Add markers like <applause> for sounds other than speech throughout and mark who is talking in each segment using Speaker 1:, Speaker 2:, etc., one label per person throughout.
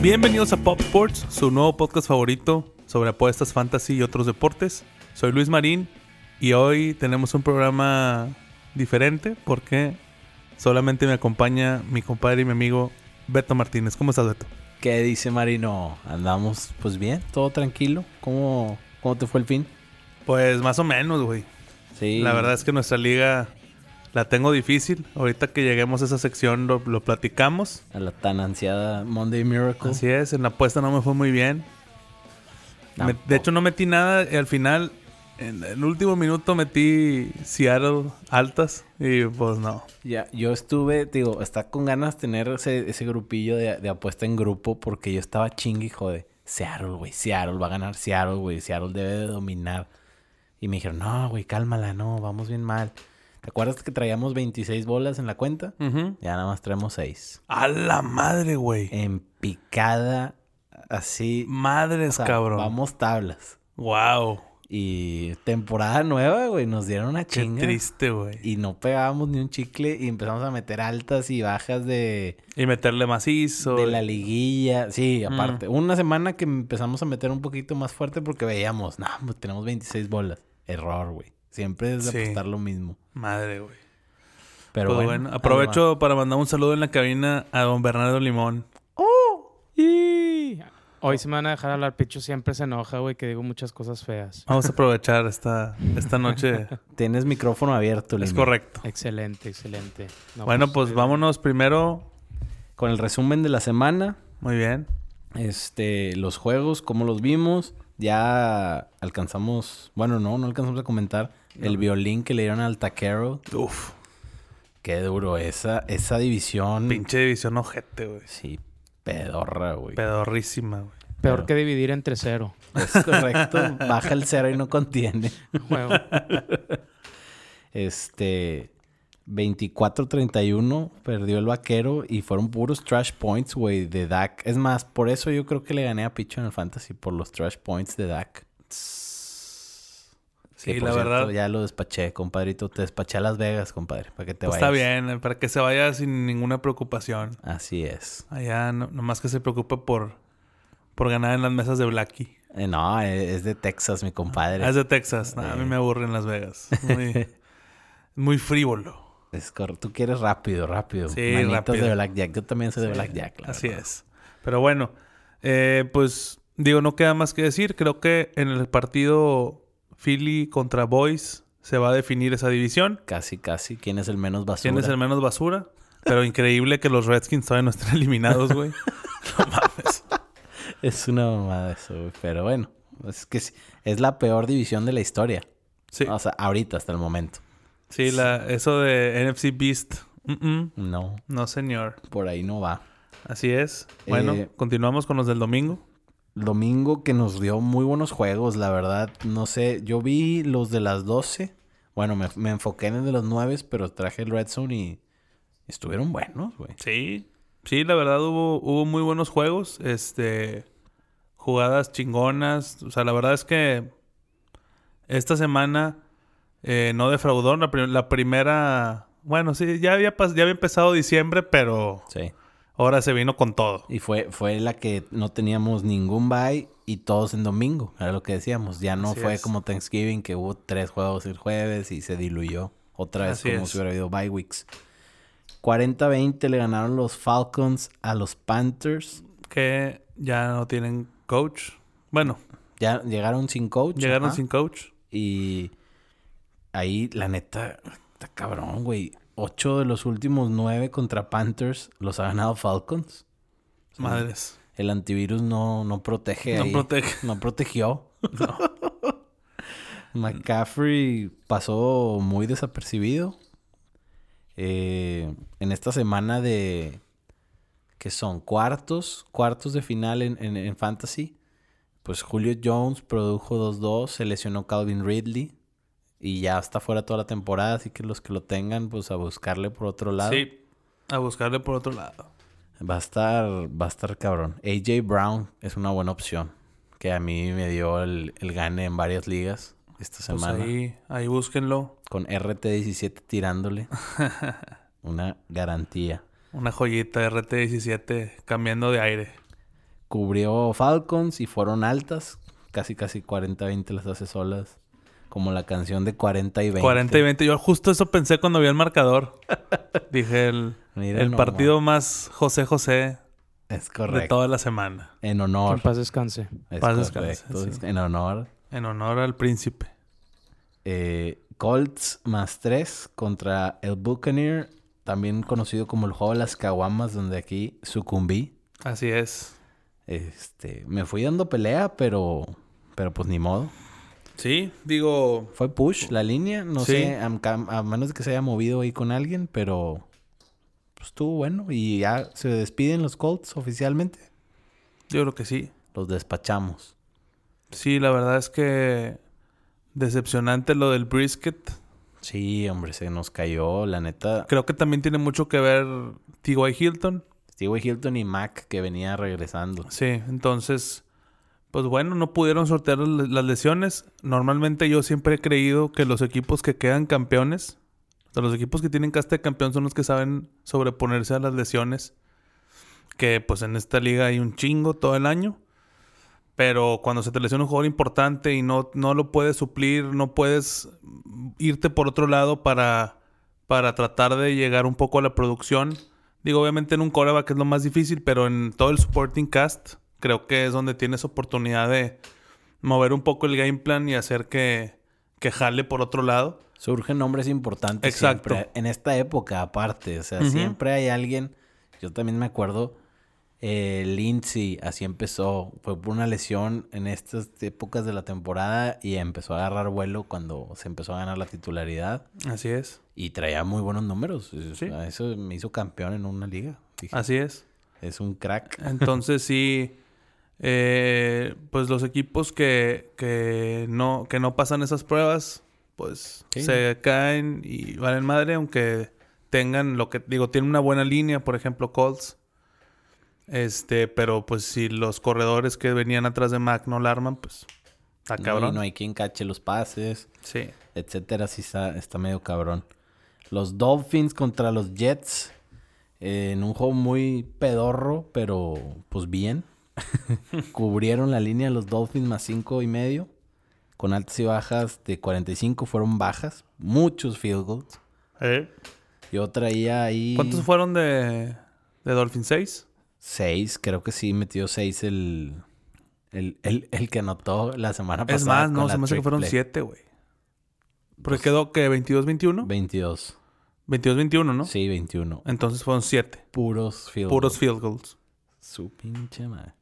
Speaker 1: Bienvenidos a Pop Sports, su nuevo podcast favorito sobre apuestas, fantasy y otros deportes. Soy Luis Marín y hoy tenemos un programa diferente porque solamente me acompaña mi compadre y mi amigo Beto Martínez. ¿Cómo estás, Beto?
Speaker 2: ¿Qué dice Marino? ¿Andamos pues bien? ¿Todo tranquilo? ¿Cómo, cómo te fue el fin?
Speaker 1: Pues más o menos, güey.
Speaker 2: Sí.
Speaker 1: La verdad es que nuestra liga la tengo difícil. Ahorita que lleguemos a esa sección lo, lo platicamos.
Speaker 2: A la tan ansiada Monday Miracle.
Speaker 1: Así es, en la apuesta no me fue muy bien. Me- de hecho, no metí nada y al final, en el último minuto metí Seattle altas y pues no.
Speaker 2: Ya, yo estuve, te digo, está con ganas tener ese, ese grupillo de, de apuesta en grupo porque yo estaba chingue, y jode. Seattle, güey, Seattle va a ganar Seattle, güey, Seattle debe de dominar. Y me dijeron, no, güey, cálmala, no, vamos bien mal. ¿Te acuerdas que traíamos 26 bolas en la cuenta? Ya nada más traemos 6.
Speaker 1: A la madre, güey.
Speaker 2: En picada, así.
Speaker 1: Madres,
Speaker 2: o sea,
Speaker 1: cabrón.
Speaker 2: Vamos tablas.
Speaker 1: Wow.
Speaker 2: Y temporada nueva, güey, nos dieron una
Speaker 1: Qué
Speaker 2: chinga.
Speaker 1: triste, güey. Y,
Speaker 2: Y no pegábamos ni un chicle y empezamos a meter altas y bajas de,
Speaker 1: meterle macizo.
Speaker 2: de la liguilla. Sí,
Speaker 1: Mm.
Speaker 2: aparte. Una semana que empezamos a meter un poquito más fuerte porque veíamos, no, pues tenemos 26 bolas. Error, güey. Siempre es de
Speaker 1: Sí.
Speaker 2: apostar lo mismo.
Speaker 1: Madre, güey.
Speaker 2: Pero
Speaker 1: Pues
Speaker 2: bueno,
Speaker 1: bueno, aprovecho para mandar un saludo en la cabina a don Bernardo Limón.
Speaker 3: Y hoy se me van a dejar hablar, Pichu siempre se enoja, güey, que digo muchas cosas feas.
Speaker 1: Vamos a aprovechar esta, esta
Speaker 2: <laughs>
Speaker 1: noche.
Speaker 2: Tienes micrófono abierto,
Speaker 1: es
Speaker 2: Lima.
Speaker 1: correcto.
Speaker 3: Excelente, excelente. No,
Speaker 1: bueno, pues
Speaker 3: eh,
Speaker 1: vámonos primero.
Speaker 2: Con el resumen de la semana,
Speaker 1: Muy bien.
Speaker 2: este, los juegos, cómo los vimos. Ya alcanzamos, bueno, no, no alcanzamos a comentar el violín que le dieron al taquero.
Speaker 1: Uf,
Speaker 2: Qué duro, esa, esa división.
Speaker 1: pinche división ojete, güey.
Speaker 2: Mm. Sí, pedorra, güey.
Speaker 1: Pedorrísima, güey.
Speaker 3: Peor que dividir
Speaker 1: <laughs>
Speaker 3: entre cero.
Speaker 2: Es correcto, baja el cero y no contiene.
Speaker 3: Huevo.
Speaker 2: Este, 24-31 perdió el vaquero y fueron puros trash points, güey, de Dak. Es más, por eso yo creo que le gané a Picho en el Fantasy, por los trash points de Dak.
Speaker 1: Sí,
Speaker 2: Que, por
Speaker 1: la
Speaker 2: cierto,
Speaker 1: verdad.
Speaker 2: Ya lo despaché, compadrito. Te despaché a Las Vegas, compadre, para que te
Speaker 1: pues
Speaker 2: vayas.
Speaker 1: está bien, eh, para que se vaya sin ninguna preocupación.
Speaker 2: Así es.
Speaker 1: Allá no- nomás que se preocupa por, por ganar en las mesas de Blackie.
Speaker 2: Eh, no, eh, es de Texas, mi compadre.
Speaker 1: Ah, Es de Texas. Nah, A mí me aburre en Las Vegas. Muy, <laughs> muy frívolo.
Speaker 2: Es cor- Tú quieres rápido, rápido.
Speaker 1: Sí,
Speaker 2: Manitas
Speaker 1: rápido.
Speaker 2: de Blackjack. Yo también soy de Blackjack. la
Speaker 1: Así
Speaker 2: verdad.
Speaker 1: es. Pero bueno, eh, pues digo, no queda más que decir. Creo que en el partido Philly contra Boys se va a definir esa división.
Speaker 2: Casi, casi. ¿Quién es el menos basura?
Speaker 1: ¿Quién es el menos basura? Pero increíble que los Redskins todavía no estén <laughs> eliminados, güey. No mames.
Speaker 2: <laughs> Es una mamada eso, güey. Pero bueno, es que sí, es la peor división de la historia.
Speaker 1: Sí,
Speaker 2: O sea, ahorita, hasta el momento.
Speaker 1: sí la, eso de NFC Beast. mm, mm,
Speaker 2: No,
Speaker 1: no, señor.
Speaker 2: por ahí no va.
Speaker 1: Así es. Bueno,
Speaker 2: Eh,
Speaker 1: continuamos con los del domingo.
Speaker 2: Domingo que nos dio muy buenos juegos, la verdad. No sé, yo vi los de las 12. Bueno, me, me enfoqué en el de los 9, pero traje el Red Zone y estuvieron buenos, güey.
Speaker 1: Sí, sí, la verdad hubo, hubo muy buenos juegos, este, jugadas chingonas, o sea, la verdad es que esta semana eh, no defraudó la, pri- la primera, bueno, sí, ya había, pas- ya había empezado diciembre, pero
Speaker 2: Sí.
Speaker 1: ahora se vino con todo.
Speaker 2: Y fue, fue la que no teníamos ningún bye y todos en domingo, era lo que decíamos. Ya no
Speaker 1: Así
Speaker 2: fue
Speaker 1: es.
Speaker 2: como Thanksgiving que hubo tres juegos el jueves y se diluyó otra vez
Speaker 1: Así
Speaker 2: como
Speaker 1: es.
Speaker 2: si hubiera habido bye weeks. 40-20 le ganaron los Falcons a los Panthers.
Speaker 1: Que ya no tienen coach. Bueno,
Speaker 2: Ya llegaron sin coach.
Speaker 1: llegaron
Speaker 2: ajá.
Speaker 1: sin coach.
Speaker 2: Y ahí, la neta, está cabrón, güey. Ocho de los últimos nueve contra Panthers los ha ganado Falcons. O sea,
Speaker 1: Madres.
Speaker 2: El antivirus no, no protege
Speaker 1: No
Speaker 2: ahí.
Speaker 1: protege.
Speaker 2: No protegió. <laughs> McCaffrey pasó muy desapercibido. Eh, en esta semana de... que son? Cuartos. Cuartos de final en, en- en Fantasy. Pues Julio Jones produjo 2-2. Se lesionó Calvin Ridley. Y ya está fuera toda la temporada. Así que los que lo tengan, pues a buscarle por otro lado.
Speaker 1: Sí, a buscarle por otro lado.
Speaker 2: Va a estar, va a estar cabrón. AJ Brown es una buena opción. Que a mí me dio el, el gane en varias ligas esta
Speaker 1: Pues
Speaker 2: semana.
Speaker 1: ahí, ahí búsquenlo.
Speaker 2: Con RT17
Speaker 1: <laughs>
Speaker 2: tirándole. una garantía.
Speaker 1: Una joyita RT-17 cambiando de aire.
Speaker 2: cubrió Falcons y fueron altas. Casi, casi 40-20 las hace solas. Como la canción de 40 y 20.
Speaker 1: 40 y 20. Yo justo eso pensé cuando vi el
Speaker 2: <laughs>
Speaker 1: marcador. Dije el,
Speaker 2: Mira
Speaker 1: el
Speaker 2: nomás.
Speaker 1: partido más José José
Speaker 2: Es
Speaker 1: de
Speaker 2: correcto.
Speaker 1: toda la semana.
Speaker 2: En
Speaker 3: Que
Speaker 2: honor.
Speaker 3: en paz descanse.
Speaker 2: Es
Speaker 1: Paz descanse,
Speaker 2: correcto,
Speaker 1: sí.
Speaker 2: es En honor.
Speaker 1: En honor al príncipe.
Speaker 2: Eh, Colts más 3 contra el Buccaneer, también conocido como el juego de las caguamas, donde aquí sucumbí.
Speaker 1: Así es.
Speaker 2: Este, me fui dando pelea, pero, pero pues ni modo.
Speaker 1: Sí, digo,
Speaker 2: Fue push la línea, no
Speaker 1: Sí.
Speaker 2: sé, a, a- a menos de que se haya movido ahí con alguien, pero pues, estuvo bueno. Y ya se despiden los Colts oficialmente.
Speaker 1: yo creo que sí.
Speaker 2: Los despachamos.
Speaker 1: Sí, la verdad es que decepcionante lo del brisket.
Speaker 2: Sí, hombre, se nos cayó, la neta.
Speaker 1: Creo que también tiene mucho que ver T.Y. Hilton.
Speaker 2: Steve Hilton y Mac que venía regresando.
Speaker 1: Sí, entonces, pues bueno, no pudieron sortear las las lesiones. Normalmente yo siempre he creído que los equipos que quedan campeones, o sea, los equipos que tienen casta de campeón son los que saben sobreponerse a las lesiones. Que pues en esta liga hay un chingo todo el año. Pero cuando se te lesiona un jugador importante y no, no lo puedes suplir, no puedes irte por otro lado para, para tratar de llegar un poco a la producción. Digo, obviamente en un coreback es lo más difícil, pero en todo el supporting cast creo que es donde tienes oportunidad de mover un poco el game plan y hacer que, que jale por otro lado.
Speaker 2: Surgen nombres importantes
Speaker 1: Exacto.
Speaker 2: siempre. En esta época, aparte. O sea,
Speaker 1: Ujú.
Speaker 2: siempre hay alguien. Yo también me acuerdo. eh, Lindsay, así empezó. Fue por una lesión en estas épocas de la temporada y empezó a agarrar vuelo cuando se empezó a ganar la titularidad.
Speaker 1: Así es.
Speaker 2: Y traía muy buenos números. O
Speaker 1: Sí.
Speaker 2: sea, Eso me hizo campeón en una liga. Dije,
Speaker 1: Así es.
Speaker 2: Es un crack.
Speaker 1: Entonces sí, eh, pues los equipos que, que, no, que no pasan esas pruebas, pues
Speaker 2: Sí.
Speaker 1: se caen y valen madre, aunque tengan lo que digo, tienen una buena línea, por ejemplo, Colts. Este, pero pues si los corredores que venían atrás de Mac no la arman, pues está
Speaker 2: No, y
Speaker 1: cabrón.
Speaker 2: no hay quien cache los pases.
Speaker 1: Sí.
Speaker 2: etcétera, sí está, está medio cabrón. Los Dolphins contra los Jets. eh, en un juego muy pedorro, pero pues bien. <laughs> Cubrieron la línea de los Dolphins más cinco y medio. Con altas y bajas de 45 fueron bajas. Muchos field goals. Yo traía ahí...
Speaker 1: ¿Cuántos fueron de, de Dolphin 6?
Speaker 2: Seis, creo que sí, metió seis el... El, el- el que anotó la semana pasada.
Speaker 1: Es más,
Speaker 2: con
Speaker 1: no,
Speaker 2: la
Speaker 1: se me hace que
Speaker 2: trick
Speaker 1: fueron
Speaker 2: play.
Speaker 1: 7, güey. Porque quedó que 22-21.
Speaker 2: 22.
Speaker 1: 22-21, ¿no?
Speaker 2: Sí, 21.
Speaker 1: Entonces fueron siete.
Speaker 2: Puros field
Speaker 1: Puros field goals.
Speaker 2: Su pinche madre.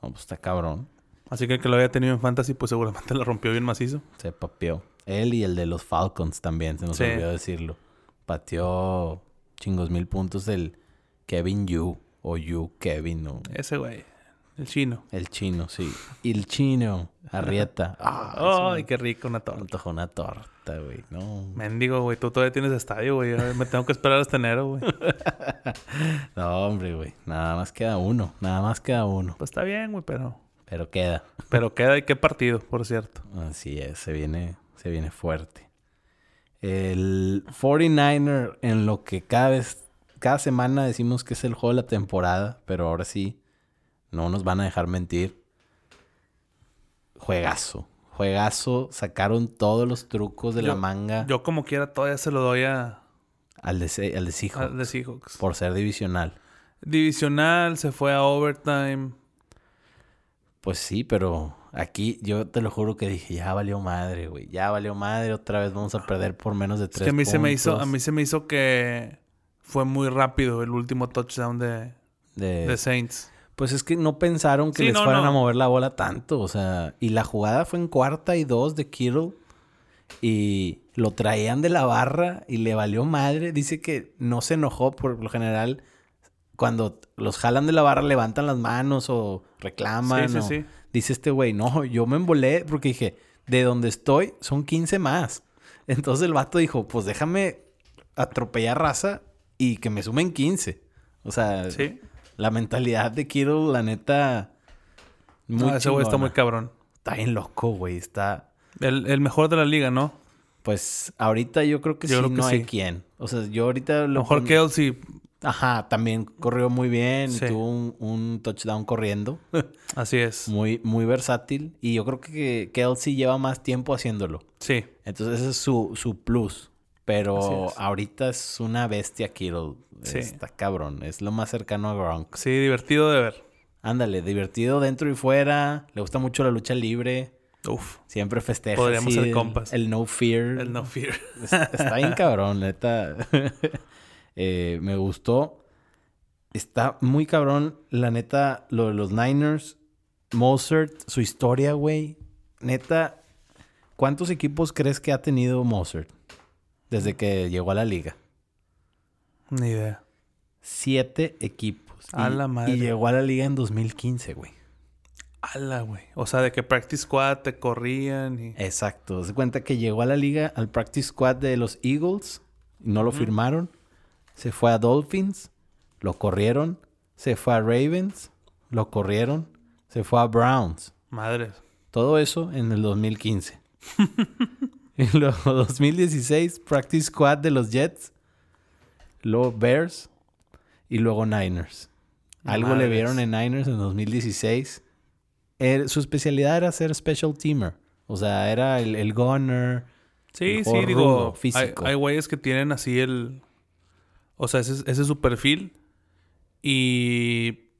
Speaker 2: No, pues está cabrón.
Speaker 1: Así que el que lo había tenido en fantasy, pues seguramente <laughs> la rompió bien macizo.
Speaker 2: Se papeó. Él y el de los Falcons también, se nos
Speaker 1: Sí.
Speaker 2: olvidó decirlo. Pateó chingos mil puntos el Kevin Yu o Yu Kevin o
Speaker 1: Ese güey. El chino.
Speaker 2: el chino, sí. Y el chino,
Speaker 1: <laughs>
Speaker 2: Arrieta. Ah, eso
Speaker 1: Ay,
Speaker 2: me
Speaker 1: qué rico una torta.
Speaker 2: antojó una torta, güey. No,
Speaker 1: Mendigo, güey. Tú todavía tienes estadio, güey. Ay, Me tengo que esperar hasta enero,
Speaker 2: <laughs>
Speaker 1: güey.
Speaker 2: no, hombre, güey. Nada más queda uno, nada más queda uno.
Speaker 1: Pues está bien, güey, pero...
Speaker 2: Pero queda.
Speaker 1: Pero queda y qué partido, por cierto.
Speaker 2: Así es, se viene, se viene fuerte. El 49er, en lo que cada vez, cada semana decimos que es el juego de la temporada, pero ahora sí, no nos van a dejar mentir. Juegazo, juegazo, sacaron todos los trucos de la
Speaker 1: Yo-
Speaker 2: manga
Speaker 1: Yo como quiera todavía se lo doy a,
Speaker 2: al de, Se- al de
Speaker 1: a
Speaker 2: Seahawks
Speaker 1: The Seahawks.
Speaker 2: por ser divisional.
Speaker 1: Divisional, se fue a overtime.
Speaker 2: Pues sí, pero aquí yo te lo juro que dije, ya valió madre, güey, ya valió madre, otra vez vamos a perder por menos de
Speaker 1: Ah, Es
Speaker 2: tres
Speaker 1: que a mí, se me hizo,
Speaker 2: puntos
Speaker 1: a mí se me hizo que fue muy rápido el último touchdown de,
Speaker 2: de-
Speaker 1: de Saints.
Speaker 2: Pues es que no pensaron que
Speaker 1: Sí,
Speaker 2: les
Speaker 1: no,
Speaker 2: fueran
Speaker 1: no.
Speaker 2: a mover la bola tanto, o sea, y la jugada fue en cuarta y dos de Kittle y lo traían de la barra y le valió madre. Dice que no se enojó por lo general cuando los jalan de la barra levantan las manos o reclaman.
Speaker 1: sí,
Speaker 2: o-
Speaker 1: sí, sí.
Speaker 2: Dice este güey, no, yo me embolé porque dije, de donde estoy son 15 más. <laughs> Entonces el vato dijo, pues déjame atropellar raza y que me sumen 15. O sea,
Speaker 1: Sí.
Speaker 2: la mentalidad de Kittle, la neta. Muy
Speaker 1: No, ese güey está
Speaker 2: chingona.
Speaker 1: muy cabrón.
Speaker 2: Está bien loco, güey. Está.
Speaker 1: El, el mejor de la liga, ¿no?
Speaker 2: Pues ahorita yo creo que
Speaker 1: Yo
Speaker 2: sí
Speaker 1: creo que
Speaker 2: no hay
Speaker 1: sí.
Speaker 2: quién. O sea, yo ahorita
Speaker 1: A
Speaker 2: lo
Speaker 1: lo mejor
Speaker 2: pon-
Speaker 1: Kelsey
Speaker 2: Ajá, también corrió muy bien. y
Speaker 1: Sí.
Speaker 2: Tuvo un, un touchdown corriendo.
Speaker 1: Así es.
Speaker 2: Muy, muy versátil. Y yo creo que Kelsey lleva más tiempo haciéndolo.
Speaker 1: Sí.
Speaker 2: Entonces ese es su, su plus.
Speaker 1: Así
Speaker 2: Pero
Speaker 1: es.
Speaker 2: ahorita es una bestia Kittle.
Speaker 1: Sí.
Speaker 2: Está cabrón. Es lo más cercano a Gronk.
Speaker 1: Sí, divertido de ver.
Speaker 2: Ándale, divertido dentro y fuera. Le gusta mucho la lucha libre.
Speaker 1: Uf.
Speaker 2: Siempre festeja.
Speaker 1: Podríamos
Speaker 2: así
Speaker 1: ser
Speaker 2: el-
Speaker 1: compas.
Speaker 2: El no fear.
Speaker 1: El no
Speaker 2: <laughs>
Speaker 1: fear.
Speaker 2: Es-
Speaker 1: <laughs>
Speaker 2: Está bien cabrón, neta. <laughs> Eh, me gustó. Está muy cabrón, la neta, lo de los Niners. Mozart, su historia, güey. Neta, ¿cuántos equipos crees que ha tenido Mozart desde que llegó a la liga?
Speaker 1: Ni idea.
Speaker 2: Siete equipos.
Speaker 1: A
Speaker 2: Y-
Speaker 1: la madre.
Speaker 2: Y llegó a la liga en 2015, güey.
Speaker 1: Ala, güey. O sea, de que practice squad te corrían y.
Speaker 2: Eh, Exacto. Se cuenta que llegó a la liga al practice squad de los Eagles. No lo firmaron. Se fue a Dolphins. Lo corrieron. Se fue a Ravens. Lo corrieron. Se fue a Browns.
Speaker 1: Madres.
Speaker 2: Todo eso en el 2015. <laughs> y luego 2016, practice squad de los Jets. Luego Bears. Y luego Niners. Algo
Speaker 1: Madres.
Speaker 2: le vieron en Niners en 2016. Él- Er, su especialidad era ser special teamer. O sea, era el, el gunner.
Speaker 1: Sí, sí,
Speaker 2: Mejor
Speaker 1: digo.
Speaker 2: rudo, físico.
Speaker 1: Hay, hay güeyes que tienen así el. O sea, ese, es- ese es su perfil. Y.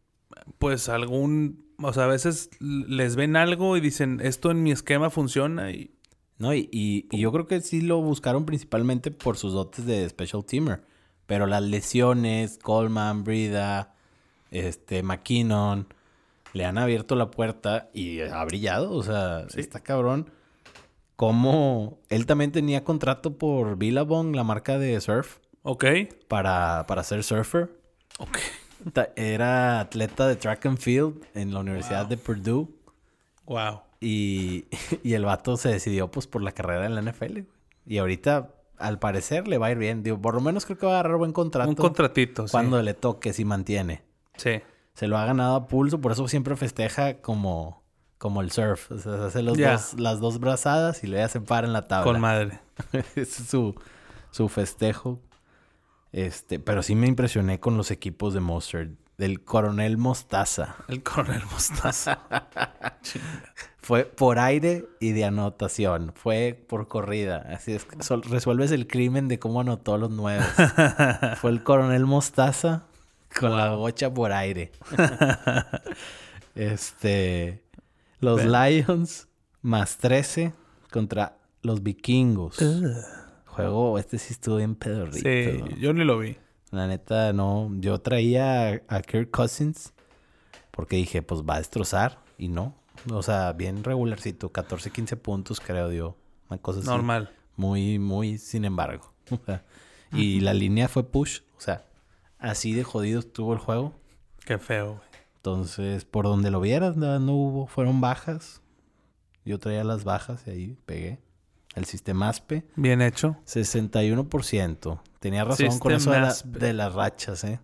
Speaker 1: Pues algún. O sea, a veces l- les ven algo y dicen, esto en mi esquema funciona y.
Speaker 2: ¿no? Y, y- y yo creo que sí lo buscaron principalmente por sus dotes de special teamer. Pero las lesiones, Coleman, Brida, este, McKinnon, le han abierto la puerta y ha brillado. O sea,
Speaker 1: Sí.
Speaker 2: está cabrón. Como él también tenía contrato por Billabong, la marca de surf,
Speaker 1: Ok.
Speaker 2: para, para ser surfer.
Speaker 1: Ok.
Speaker 2: Ta- Era atleta de track and field en la Universidad de Purdue.
Speaker 1: Wow.
Speaker 2: Y, <laughs> y el vato se decidió pues por la carrera en la NFL. güey. Y ahorita, al parecer, le va a ir bien. Digo, por lo menos creo que va a agarrar buen contrato.
Speaker 1: Un contratito, sí.
Speaker 2: Cuando le toque, si mantiene.
Speaker 1: Sí.
Speaker 2: Se lo ha ganado a pulso, por eso siempre festeja como, como el surf. O sea, se hace los
Speaker 1: Ya.
Speaker 2: dos- las dos brazadas y le hace par en la tabla.
Speaker 1: Con madre.
Speaker 2: <laughs> Ese es su, su festejo. Este, pero sí me impresioné con los equipos de Mustard. Del coronel Mostaza.
Speaker 1: El coronel
Speaker 2: <laughs>
Speaker 1: mostaza.
Speaker 2: Fue por aire y de anotación. Fue por corrida. Así es. que sol- resuelves el crimen de cómo anotó los nuevos. Fue el coronel Mostaza con la gocha por aire. este. Los Lions más 13 contra los vikingos. Juego, este sí estuvo bien pedorrito.
Speaker 1: sí, yo ni lo vi.
Speaker 2: La neta, no. Yo traía a, a Kirk Cousins porque dije, pues va a destrozar. Y no. O sea, bien regularcito. 14, 15 puntos, creo, dio. Una cosa así.
Speaker 1: Normal.
Speaker 2: Muy, muy, sin embargo. <laughs> O sea, y la línea fue push. O sea, así de jodido estuvo el juego.
Speaker 1: Qué feo, güey.
Speaker 2: Entonces, por donde lo vieras, no, no hubo. Fueron bajas. Yo traía las bajas y ahí pegué. El sistema ASPE,
Speaker 1: Bien hecho.
Speaker 2: 61%. Tenía razón con
Speaker 1: Sistema
Speaker 2: eso de, la-
Speaker 1: ASPE.
Speaker 2: de las rachas, ¿eh?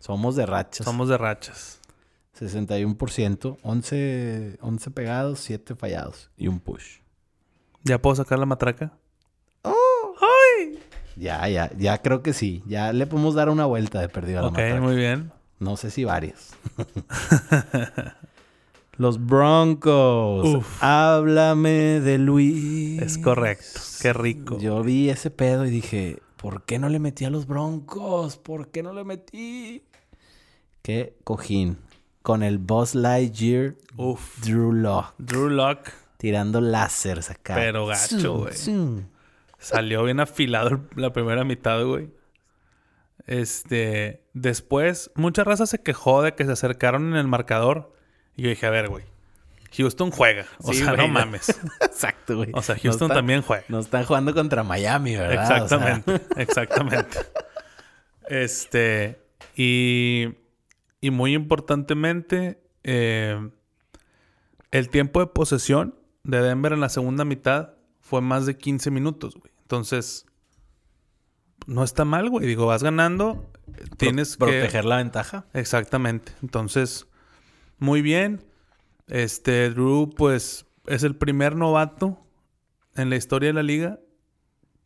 Speaker 2: Somos de rachas.
Speaker 1: Somos de rachas.
Speaker 2: 61%, 11, 11 pegados, 7 fallados y un push.
Speaker 1: ¿Ya puedo sacar la matraca?
Speaker 2: Ya, ya, ya creo que sí. Ya le podemos dar una vuelta de perdido a la
Speaker 1: ok,
Speaker 2: matraca.
Speaker 1: muy bien.
Speaker 2: No sé si varias. <laughs> Los Broncos.
Speaker 1: Uf.
Speaker 2: Háblame de Luis.
Speaker 1: Es correcto. Qué rico.
Speaker 2: Yo vi ese pedo y dije, ¿por qué no le metí a los Broncos? ¿Por qué no le metí? Qué cojín. Con el Boss Lightyear,
Speaker 1: Uf.
Speaker 2: Drew Lock.
Speaker 1: Drew Lock
Speaker 2: Tirando láseres acá.
Speaker 1: Pero gacho,
Speaker 2: Zum,
Speaker 1: güey.
Speaker 2: zum.
Speaker 1: salió bien afilado el- la primera mitad, güey. Este. Después, mucha raza se quejó de que se acercaron en el marcador. Y yo dije, a ver, güey. Houston juega. O
Speaker 2: Sí,
Speaker 1: sea,
Speaker 2: güey,
Speaker 1: no
Speaker 2: no. <laughs>
Speaker 1: mames.
Speaker 2: Exacto, güey.
Speaker 1: O sea,
Speaker 2: No
Speaker 1: Houston
Speaker 2: está-
Speaker 1: también juega.
Speaker 2: No están jugando contra Miami, ¿verdad? O sea, <laughs>
Speaker 1: Exactamente, exactamente. Este, y, y muy importantemente, eh, el tiempo de posesión de Denver en la segunda mitad fue más de 15 minutos, güey. Entonces, no está mal, güey. Digo, vas ganando, eh,
Speaker 2: pro-
Speaker 1: tienes que...
Speaker 2: proteger la ventaja.
Speaker 1: Exactamente. Entonces, muy bien. Este, Drew, pues, es el primer novato en la historia de la liga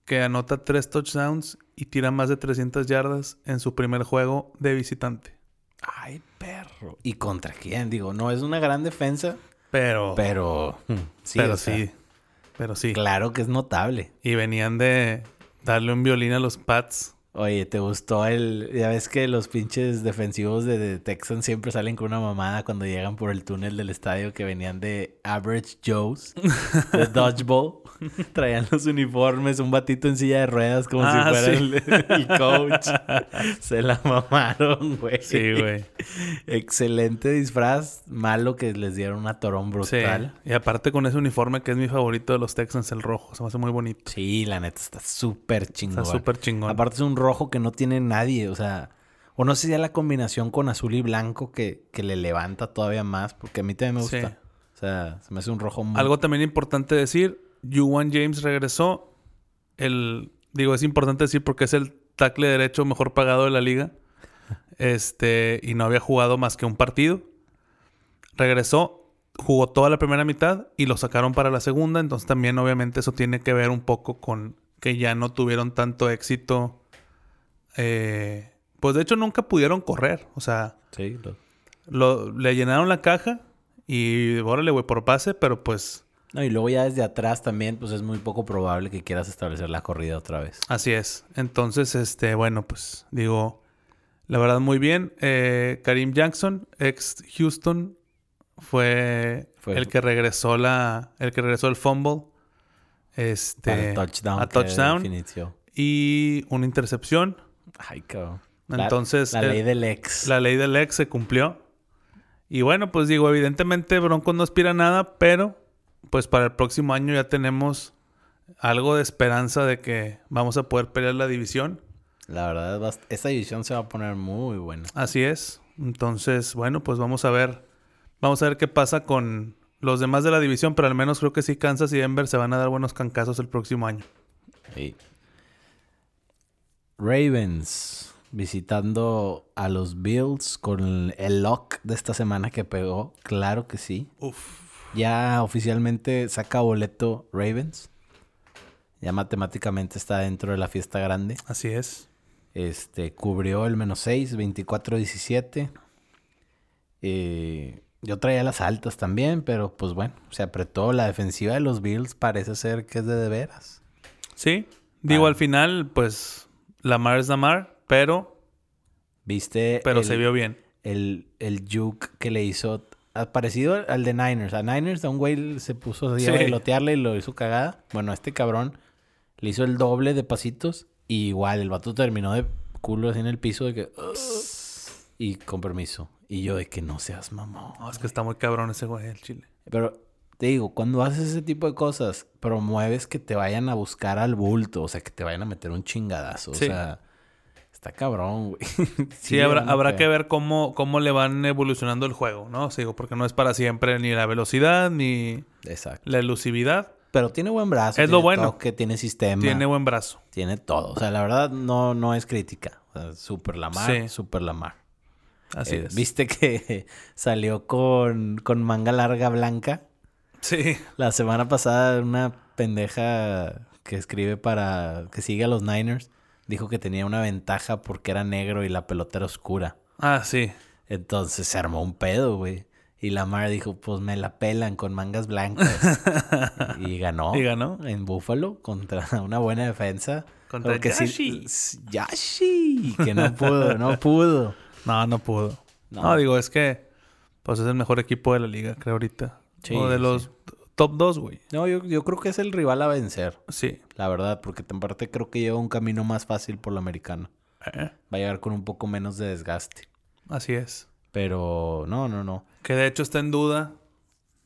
Speaker 1: que anota tres touchdowns y tira más de 300 yardas en su primer juego de visitante.
Speaker 2: Ay, perro. ¿Y contra quién? Digo, no es una gran defensa,
Speaker 1: Pero, pero,
Speaker 2: pero mm, sí. o sea,
Speaker 1: sí. Pero sí.
Speaker 2: Claro que es notable.
Speaker 1: Y venían de darle un violín a los Pats.
Speaker 2: Oye, ¿te gustó el...? Ya ves que los pinches defensivos de, de Texans siempre salen con una mamada cuando llegan por el túnel del estadio que venían de Average Joe's,
Speaker 1: <laughs>
Speaker 2: de Dodgeball. <laughs> Traían los uniformes, un batito en silla de ruedas como
Speaker 1: Ah,
Speaker 2: si fuera
Speaker 1: sí.
Speaker 2: el, el
Speaker 1: <laughs>
Speaker 2: coach. Se la mamaron, güey.
Speaker 1: Sí, güey.
Speaker 2: Excelente disfraz. Malo que les dieron una torón
Speaker 1: Sí.
Speaker 2: brutal.
Speaker 1: Y aparte con ese uniforme que es mi favorito de los Texans, el rojo. Se me hace muy bonito.
Speaker 2: Sí, la neta está súper chingón.
Speaker 1: Está súper chingón.
Speaker 2: Aparte es un rojo que no tiene nadie, o sea, o no sé si es la combinación con azul y blanco que, que le levanta todavía más, porque a mí también me
Speaker 1: Sí.
Speaker 2: gusta. O sea, se me hace un rojo muy...
Speaker 1: Algo también importante decir, Juwan James regresó. El, digo, es importante decir porque es el tackle derecho mejor pagado de la liga. Este, y no había jugado más que un partido. Regresó, jugó toda la primera mitad y lo sacaron para la segunda. Entonces también obviamente eso tiene que ver un poco con que ya no tuvieron tanto éxito. Eh, pues de hecho nunca pudieron correr. O sea,
Speaker 2: Sí, lo-
Speaker 1: lo, le llenaron la caja y órale, güey, por pase, pero pues
Speaker 2: No, y luego ya desde atrás también, pues es muy poco probable que quieras establecer la corrida otra vez.
Speaker 1: así es. Entonces, este, bueno, pues digo, la verdad muy bien. Eh, Karim Jackson, ex Houston, fue,
Speaker 2: Fue-
Speaker 1: el que regresó la, el que regresó el fumble. Este,
Speaker 2: Para el touchdown.
Speaker 1: a
Speaker 2: que
Speaker 1: touchdown.
Speaker 2: inició.
Speaker 1: y una intercepción.
Speaker 2: Ay, cabrón. La-
Speaker 1: Entonces,
Speaker 2: La,
Speaker 1: el-
Speaker 2: ley del ex.
Speaker 1: La ley del ex se cumplió. Y bueno, pues digo, evidentemente Broncos no aspira a nada, pero pues para el próximo año ya tenemos algo de esperanza de que vamos a poder pelear la división.
Speaker 2: La verdad, va- esta división se va a poner muy buena.
Speaker 1: Así es. Entonces, bueno, pues vamos a ver. Vamos a ver qué pasa con los demás de la división, pero al menos creo que sí Kansas y Denver se van a dar buenos cancazos el próximo año.
Speaker 2: Sí. Ravens visitando a los Bills con el- el lock de esta semana que pegó. Claro que sí.
Speaker 1: Uf.
Speaker 2: Ya oficialmente saca boleto Ravens. Ya matemáticamente está dentro de la fiesta grande.
Speaker 1: Así es.
Speaker 2: Este cubrió el menos 6, 24-17. Eh, yo traía las altas también, pero pues bueno, se apretó. La defensiva de los Bills parece ser que es de de veras.
Speaker 1: Sí. Digo,
Speaker 2: Ah.
Speaker 1: al final, pues Lamar es Lamar, pero,
Speaker 2: ¿Viste?
Speaker 1: pero
Speaker 2: el-
Speaker 1: se vio bien.
Speaker 2: el, el juke que le hizo. ah, Parecido al de Niners. A Niners, a un güey se puso así a
Speaker 1: Sí.
Speaker 2: bailotearle y lo hizo cagada. Bueno, este cabrón le hizo el doble de pasitos. Y igual, el vato terminó de culo así en el piso de que. "Ugh", y con permiso. Y yo de que no seas mamón.
Speaker 1: No, es que está muy cabrón ese güey del Chile.
Speaker 2: Pero te digo, cuando haces ese tipo de cosas, promueves que te vayan a buscar al bulto. O sea, que te vayan a meter un chingadazo.
Speaker 1: Sí.
Speaker 2: O sea, está cabrón, güey. <laughs>
Speaker 1: Sí, habrá, habrá que ver cómo, cómo le van evolucionando el juego, ¿no? O sea, digo, porque no es para siempre ni la velocidad ni
Speaker 2: Exacto.
Speaker 1: la elusividad.
Speaker 2: Pero tiene buen brazo.
Speaker 1: Es lo
Speaker 2: tiene
Speaker 1: bueno.
Speaker 2: Toque, tiene sistema.
Speaker 1: Tiene
Speaker 2: Tiene...
Speaker 1: buen brazo.
Speaker 2: todo. O sea, la verdad no, no es crítica. O sea, super la mar,
Speaker 1: Sí.
Speaker 2: super la mar.
Speaker 1: Así
Speaker 2: Eh,
Speaker 1: es.
Speaker 2: Viste que <laughs> salió con, con manga larga blanca.
Speaker 1: Sí,
Speaker 2: La semana pasada una pendeja que escribe para... que sigue a los Niners. Dijo que tenía una ventaja porque era negro y la pelota era oscura.
Speaker 1: ah, sí.
Speaker 2: Entonces se armó un pedo, güey. Y la mar dijo, pues me la pelan con mangas blancas.
Speaker 1: <laughs>
Speaker 2: y ganó.
Speaker 1: Y ganó.
Speaker 2: En Buffalo contra <laughs> una buena defensa.
Speaker 1: Contra
Speaker 2: Porque sí-
Speaker 1: Yashi.
Speaker 2: s- Yashi. Que no pudo, no pudo.
Speaker 1: No, no pudo.
Speaker 2: No.
Speaker 1: No. digo, es que pues es el mejor equipo de la liga, creo ahorita.
Speaker 2: Sí,
Speaker 1: o de
Speaker 2: sí.
Speaker 1: los top dos, güey.
Speaker 2: No, yo, yo creo que es el rival a vencer.
Speaker 1: Sí.
Speaker 2: La verdad, porque en parte creo que lleva un camino más fácil por la americana.
Speaker 1: Eh,
Speaker 2: Va a llegar con un poco menos de desgaste.
Speaker 1: Así es.
Speaker 2: Pero no, no, no.
Speaker 1: Que de hecho está en duda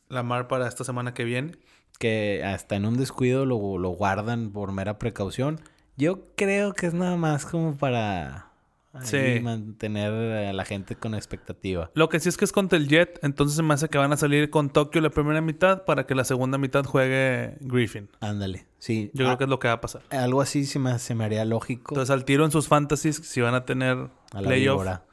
Speaker 1: Lamar para esta semana que viene.
Speaker 2: que hasta en un descuido lo, lo guardan por mera precaución. Yo creo que es nada más como para ahí
Speaker 1: Sí.
Speaker 2: mantener a la gente con expectativa.
Speaker 1: Lo que sí es que es contra el Jet, entonces se me hace que van a salir con Tokio la primera mitad para que la segunda mitad juegue Griffin.
Speaker 2: Ándale, sí.
Speaker 1: Yo
Speaker 2: Ah,
Speaker 1: creo que es lo que va a pasar.
Speaker 2: Algo así se me, se me haría lógico.
Speaker 1: Entonces, al tiro en sus fantasies, si van a tener
Speaker 2: a la
Speaker 1: playoff,
Speaker 2: víbora.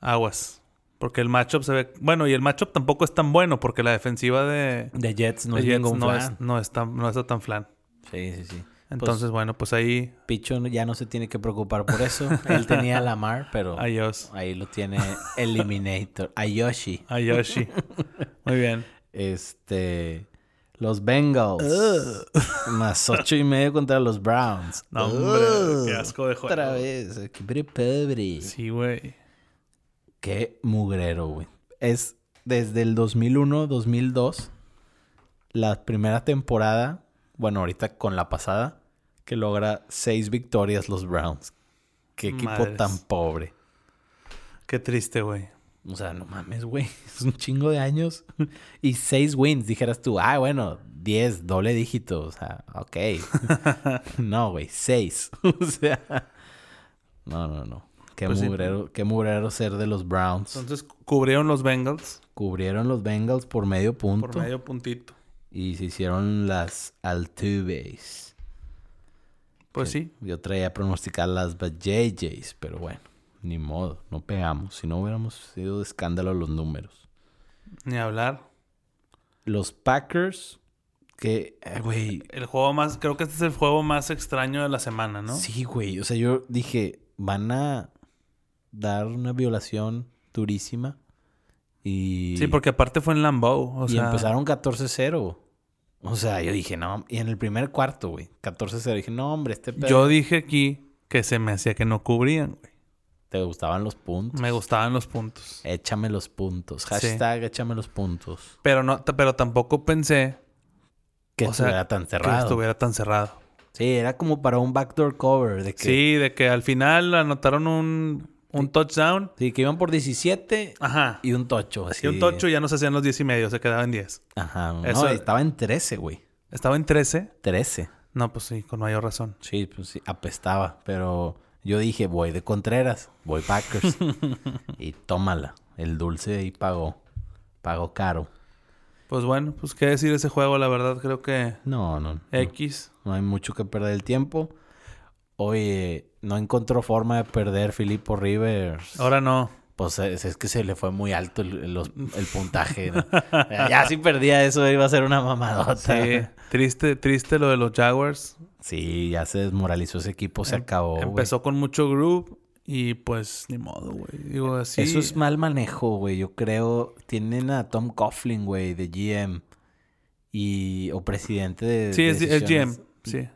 Speaker 1: aguas. Porque el matchup se ve. Bueno, y el matchup tampoco es tan bueno, porque la defensiva de,
Speaker 2: De Jets no
Speaker 1: de
Speaker 2: es
Speaker 1: Jets
Speaker 2: ningún
Speaker 1: no,
Speaker 2: fan. Pues
Speaker 1: es- no es tan- no está tan flan.
Speaker 2: Sí, sí, sí.
Speaker 1: Entonces, bueno, pues ahí,
Speaker 2: Picho ya no se tiene que preocupar por
Speaker 1: <laughs>
Speaker 2: eso. Él tenía a Lamar, pero
Speaker 1: adiós.
Speaker 2: ahí lo tiene Eliminator. A Yoshi.
Speaker 1: A
Speaker 2: <laughs>
Speaker 1: Yoshi. Muy bien.
Speaker 2: Este. Los Bengals. Más ocho y medio contra los Browns.
Speaker 1: No, hombre,
Speaker 2: Ugh.
Speaker 1: qué asco de juego.
Speaker 2: Otra vez. Qué pobre, pobre.
Speaker 1: Sí, güey.
Speaker 2: Qué mugrero, güey. Es desde el 2001, 2002, la primera temporada, bueno, ahorita con la pasada, que logra seis victorias los Browns. Qué equipo
Speaker 1: Madres.
Speaker 2: tan pobre.
Speaker 1: Qué triste, güey.
Speaker 2: O sea, no mames, güey. <laughs> Es un chingo de años. Y seis wins, dijeras tú. Ah, bueno, diez, doble dígito. O sea, ok. no, güey, seis. <laughs> o sea, no, no, no. Qué,
Speaker 1: Pues sí.
Speaker 2: mugrero, qué mugrero ser de los Browns.
Speaker 1: Entonces cubrieron los Bengals
Speaker 2: Cubrieron los Bengals por medio punto.
Speaker 1: por medio puntito.
Speaker 2: Y se hicieron las Altuves.
Speaker 1: Pues
Speaker 2: Que
Speaker 1: sí.
Speaker 2: Yo traía a pronosticar las JJs, pero bueno, ni modo, no pegamos. Si no hubiéramos sido de escándalo los números.
Speaker 1: Ni hablar.
Speaker 2: Los Packers, que, eh, güey,
Speaker 1: El juego más, creo que este es el juego más extraño de la semana, ¿no?
Speaker 2: sí, güey. O sea, yo dije, van a dar una violación durísima. Y,
Speaker 1: Sí, porque aparte fue en Lambeau. O
Speaker 2: y
Speaker 1: sea,
Speaker 2: empezaron 14-0. O sea, yo dije, no, y en el primer cuarto, güey, 14-0. Dije, no, hombre, este pedo-
Speaker 1: yo dije aquí que se me hacía que no cubrían, güey.
Speaker 2: Te gustaban los puntos.
Speaker 1: Me gustaban los puntos.
Speaker 2: Échame los puntos. Hashtag échame los puntos.
Speaker 1: Pero no, t- pero tampoco pensé
Speaker 2: Que
Speaker 1: O sea,
Speaker 2: estuviera tan
Speaker 1: que
Speaker 2: cerrado.
Speaker 1: estuviera tan cerrado.
Speaker 2: Sí, era como para un backdoor cover. De que,
Speaker 1: Sí, de que al final anotaron un, un touchdown.
Speaker 2: sí, que iban por 17
Speaker 1: Ajá.
Speaker 2: y un tocho. Así.
Speaker 1: Y un tocho ya no se hacían los 10 y medio, se quedaba en 10.
Speaker 2: Ajá. No,
Speaker 1: Eso-
Speaker 2: estaba en 13, güey.
Speaker 1: Estaba en 13.
Speaker 2: 13.
Speaker 1: No, pues sí, con mayor razón.
Speaker 2: Sí, pues sí, apestaba. Pero yo dije, voy de Contreras, voy Packers.
Speaker 1: <laughs>
Speaker 2: y tómala. El dulce ahí pagó. Pagó caro.
Speaker 1: Pues bueno, pues qué decir de ese juego, la verdad, creo que
Speaker 2: No, no. no.
Speaker 1: X.
Speaker 2: No hay mucho que perder el tiempo. Oye, no encontró forma de perder Filippo Rivers.
Speaker 1: Ahora no.
Speaker 2: Pues es, es que se le fue muy alto el, el- los- el puntaje. ¿no? ya si perdía eso iba a ser una mamadota.
Speaker 1: Sí,
Speaker 2: <laughs> Sí,
Speaker 1: triste, triste lo de los Jaguars.
Speaker 2: ya se desmoralizó ese equipo, se acabó. güey.
Speaker 1: Em, Empezó con mucho groove y pues ni modo, güey. Digo así.
Speaker 2: Eso es mal manejo, güey. Yo creo. Tienen a Tom Coughlin, güey, de GM. Y, o presidente de.
Speaker 1: Sí,
Speaker 2: de
Speaker 1: es, es GM.
Speaker 2: decisiones.
Speaker 1: Sí.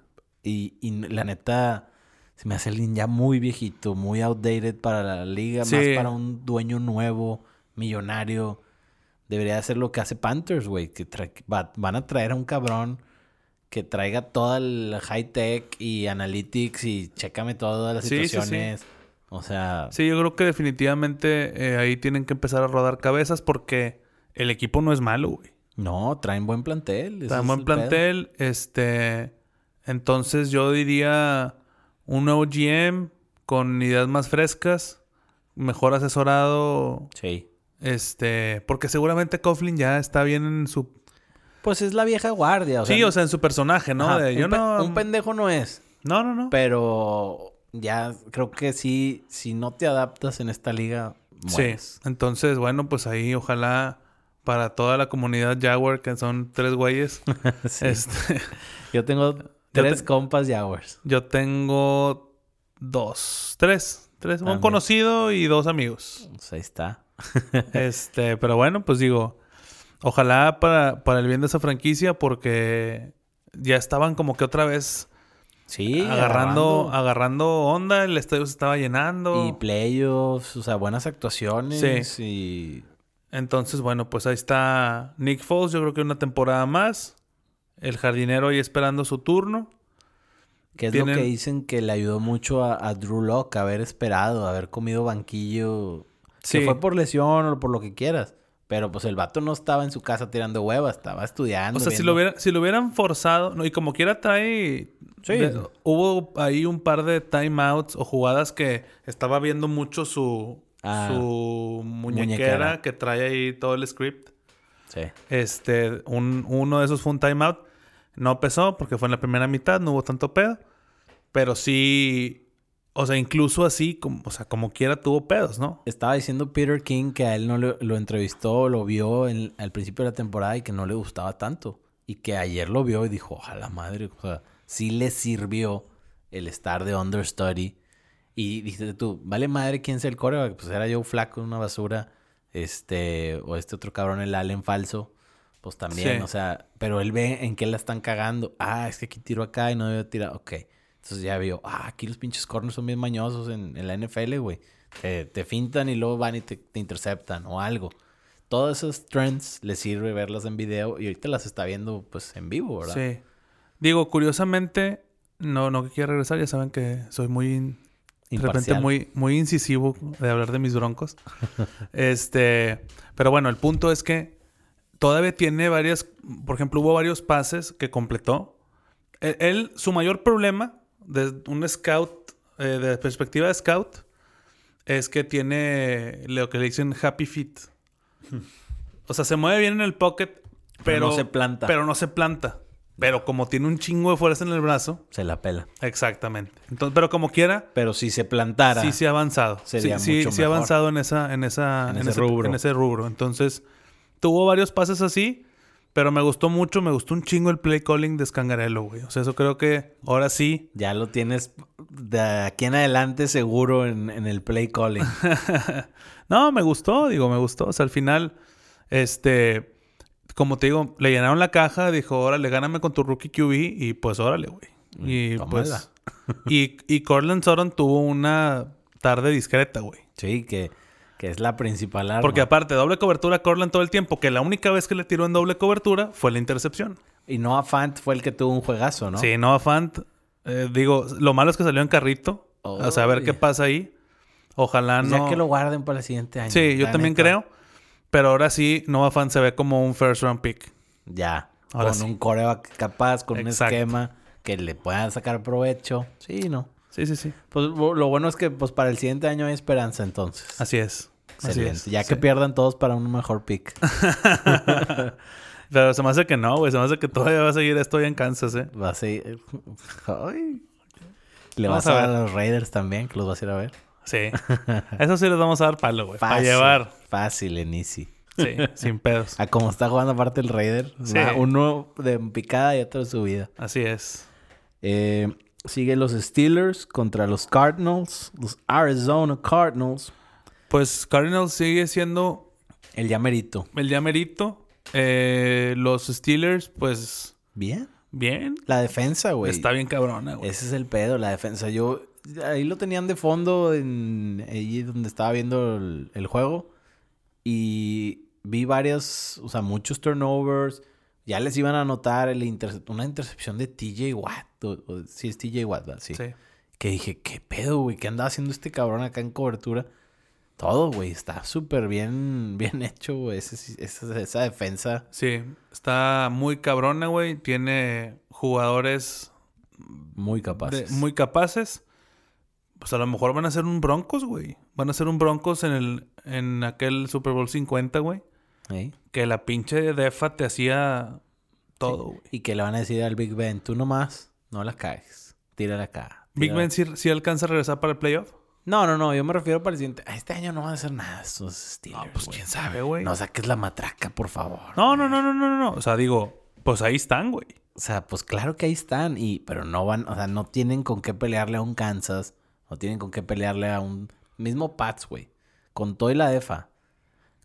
Speaker 2: Y, y la neta, se me hace alguien ya muy viejito, muy outdated para la liga, más
Speaker 1: Sí.
Speaker 2: para un dueño nuevo, millonario. Debería hacer lo que hace Panthers, güey, que tra- va- van a traer a un cabrón que traiga toda el high tech y analytics y chécame todas las
Speaker 1: Sí, sí, sí.
Speaker 2: situaciones. O sea,
Speaker 1: Sí, yo creo que definitivamente eh, ahí tienen que empezar a rodar cabezas porque el equipo no es malo, güey.
Speaker 2: no, traen buen plantel. ese
Speaker 1: Está en
Speaker 2: es
Speaker 1: buen
Speaker 2: el pedo.
Speaker 1: plantel. Este. Entonces yo diría un nuevo GM con ideas más frescas, mejor asesorado.
Speaker 2: Sí.
Speaker 1: Este. Porque seguramente Coughlin ya está bien en su.
Speaker 2: Pues es la vieja guardia. O
Speaker 1: sí, o sea, en su personaje, ¿no?
Speaker 2: ajá,
Speaker 1: De, yo
Speaker 2: un pe-
Speaker 1: no.
Speaker 2: Un pendejo no es.
Speaker 1: no, no, no.
Speaker 2: Pero ya creo que sí, si no te adaptas en esta liga, mueres.
Speaker 1: Sí. Entonces, bueno, pues ahí ojalá para toda la comunidad Jaguar, que son tres güeyes.
Speaker 2: <laughs> Sí.
Speaker 1: Este,
Speaker 2: Yo tengo tres
Speaker 1: te-
Speaker 2: compas Jaguars.
Speaker 1: yo tengo dos. Tres. Tres.
Speaker 2: Ah,
Speaker 1: Un
Speaker 2: mira.
Speaker 1: conocido y dos amigos.
Speaker 2: Pues ahí está.
Speaker 1: Este, pero bueno, pues digo, ojalá para, para el bien de esa franquicia, porque ya estaban como que otra vez
Speaker 2: Sí,
Speaker 1: agarrando, agarrando, onda, el estadio se estaba llenando.
Speaker 2: Y playoffs, o sea, buenas actuaciones. Y
Speaker 1: Entonces, bueno, pues ahí está Nick Foles, yo creo que una temporada más. El jardinero ahí esperando su turno.
Speaker 2: que es
Speaker 1: Tienen-
Speaker 2: lo que dicen que le ayudó mucho a, a Drew Locke haber esperado, haber comido banquillo. Sí.
Speaker 1: Sí.
Speaker 2: fue por lesión o por lo que quieras. Pero pues el vato no estaba en su casa tirando huevas, estaba estudiando.
Speaker 1: O sea, si
Speaker 2: viendo-
Speaker 1: lo, hubieran, si lo hubieran forzado, no, y como quiera trae...
Speaker 2: Sí.
Speaker 1: de- hubo ahí un par de timeouts o jugadas que estaba viendo mucho su,
Speaker 2: Ah,
Speaker 1: su muñequera,
Speaker 2: muñequera.
Speaker 1: que trae ahí todo el script.
Speaker 2: Sí.
Speaker 1: Este, un- uno de esos fue un timeout. No pesó porque fue en la primera mitad, no hubo tanto pedo. Pero sí, o sea, incluso así, como, o sea, como quiera tuvo pedos, ¿no?
Speaker 2: Estaba diciendo Peter King que a él no le- lo entrevistó, lo vio en- al principio de la temporada y que no le gustaba tanto. Y que ayer lo vio y dijo, ojalá madre, o sea, sí le sirvió el estar de understudy. Y dices tú, vale madre quién sea el coreback. Pues era yo flaco, una basura. Este, o este otro cabrón, el Allen falso. Pues también,
Speaker 1: Sí.
Speaker 2: o sea, pero él ve en qué la están cagando. Ah, es que aquí tiro acá y no debo tirar. Ok. Entonces ya vio, ah, aquí los pinches corners son bien mañosos en, en la NFL, güey. Te, te fintan y luego van y te, te interceptan o algo. Todas esas trends le sirve verlas en video y ahorita las está viendo pues en vivo, ¿verdad?
Speaker 1: Sí. Digo, curiosamente, no, no que quiera regresar, ya saben que soy muy in- de repente
Speaker 2: Imparcial.
Speaker 1: muy, muy incisivo de hablar de mis
Speaker 2: <laughs>
Speaker 1: broncos. este, pero bueno, el punto es que todavía tiene varias, por ejemplo, hubo varios pases que completó. E- Él, su mayor problema de un scout, eh, de perspectiva de scout, es que tiene lo que le dicen happy feet. O sea, se mueve bien en el pocket, pero,
Speaker 2: Pero no se planta.
Speaker 1: Pero no se planta. Pero como tiene un chingo de fuerza en el brazo,
Speaker 2: Se la pela.
Speaker 1: exactamente. Entonces, pero como quiera,
Speaker 2: Pero si se plantara.
Speaker 1: Sí, sí ha avanzado.
Speaker 2: Sería
Speaker 1: sí, sí-
Speaker 2: mucho
Speaker 1: sí ha
Speaker 2: mejor.
Speaker 1: avanzado en esa, en esa,
Speaker 2: En ese rubro.
Speaker 1: en ese rubro. Entonces, tuvo varios pases así, pero me gustó mucho, me gustó un chingo el play calling de Scangarello, güey. O sea, eso creo que ahora sí.
Speaker 2: Ya lo tienes de aquí en adelante seguro en, en el
Speaker 1: <laughs>
Speaker 2: play calling.
Speaker 1: No, me gustó, digo, me gustó. O sea, al final, este, como te digo, le llenaron la caja, dijo, órale, gáname con tu rookie QB, y pues órale, güey. Y
Speaker 2: Mm, tómala.
Speaker 1: pues. y, y Cortland Sutton tuvo una tarde discreta, güey.
Speaker 2: Sí, que, que es la principal arma.
Speaker 1: Porque aparte, doble cobertura a Cortland todo el tiempo, que la única vez que le tiró en doble cobertura fue la intercepción.
Speaker 2: Y Noah Fant fue el que tuvo un juegazo, ¿no?
Speaker 1: Sí, no Fant, eh, digo, lo malo es que salió en carrito. a saber
Speaker 2: Oy.
Speaker 1: qué pasa ahí. Ojalá
Speaker 2: Pues
Speaker 1: no.
Speaker 2: Ya que lo guarden para el siguiente año.
Speaker 1: sí, yo
Speaker 2: la
Speaker 1: también
Speaker 2: neta.
Speaker 1: creo. Pero ahora sí, Noah Fant se ve como un first round pick.
Speaker 2: Ya.
Speaker 1: Ahora
Speaker 2: con
Speaker 1: sí.
Speaker 2: un coreback capaz, con
Speaker 1: Exacto.
Speaker 2: un esquema que le puedan sacar provecho. Sí, ¿no?
Speaker 1: Sí, sí, sí.
Speaker 2: Pues bo- lo bueno es que pues para el siguiente año hay esperanza entonces.
Speaker 1: Así es. Así
Speaker 2: Excelente.
Speaker 1: es.
Speaker 2: Ya
Speaker 1: Sí.
Speaker 2: que pierdan todos para un mejor pick. <laughs>
Speaker 1: Pero se me hace que no, güey. Se me hace que todavía va a seguir esto ya en Kansas, ¿eh?
Speaker 2: Va a ser- Ay. Le
Speaker 1: Vamos
Speaker 2: vas a
Speaker 1: a
Speaker 2: dar
Speaker 1: ver.
Speaker 2: a los Raiders también, que los vas a ir a ver. <laughs>
Speaker 1: Sí. Eso sí les vamos a dar palo, güey. Para llevar.
Speaker 2: Fácil, en easy. <laughs>
Speaker 1: Sí, sin pedos.
Speaker 2: A como está jugando aparte el Raider.
Speaker 1: Sí.
Speaker 2: va uno de picada y otro de subida.
Speaker 1: Así es.
Speaker 2: Eh, sigue los Steelers contra los Cardinals. Los Arizona Cardinals.
Speaker 1: Pues Cardinals sigue siendo
Speaker 2: El llamerito.
Speaker 1: El llamerito. Eh, los Steelers, pues,
Speaker 2: Bien.
Speaker 1: bien.
Speaker 2: La defensa, güey.
Speaker 1: Está bien cabrona, güey.
Speaker 2: Ese es el pedo, la defensa. Yo ahí lo tenían de fondo en ahí donde estaba viendo el, el juego y vi varias, o sea, muchos turnovers. Ya les iban a anotar el interce- una intercepción de TJ Watt. o- o- sí, es TJ Watt, ¿verdad? Sí.
Speaker 1: Sí.
Speaker 2: Que dije, ¿qué pedo, güey? ¿Qué andaba haciendo este cabrón acá en cobertura? Todo, güey, está súper bien, bien <laughs> hecho, güey. Ese sí- esa, esa defensa.
Speaker 1: Sí. Está muy cabrona, güey. Tiene jugadores
Speaker 2: Muy
Speaker 1: de-
Speaker 2: capaz.
Speaker 1: muy capaces. Pues a lo mejor van a ser un Broncos, güey. Van a ser un Broncos en el en aquel Super Bowl 50, güey. Que la pinche defa te hacía todo, güey.
Speaker 2: Y que le van a decir al Big Ben, tú nomás, no la caes. Tírala acá.
Speaker 1: Big
Speaker 2: tírala
Speaker 1: Ben sí, sí alcanza a regresar para el playoff.
Speaker 2: No, no, no, yo me refiero para el siguiente. "Ah, Este año no van a hacer nada estos Steelers.
Speaker 1: pues,
Speaker 2: güey.
Speaker 1: quién sabe, güey.
Speaker 2: No saques la matraca, por favor.
Speaker 1: No, no, no, no, no, no, no. O sea, digo, pues ahí están, güey.
Speaker 2: O sea, pues claro que ahí están, y, pero no van, o sea, no tienen con qué pelearle a un Kansas, no tienen con qué pelearle a un mismo Pats, güey. Con todo y la EFA,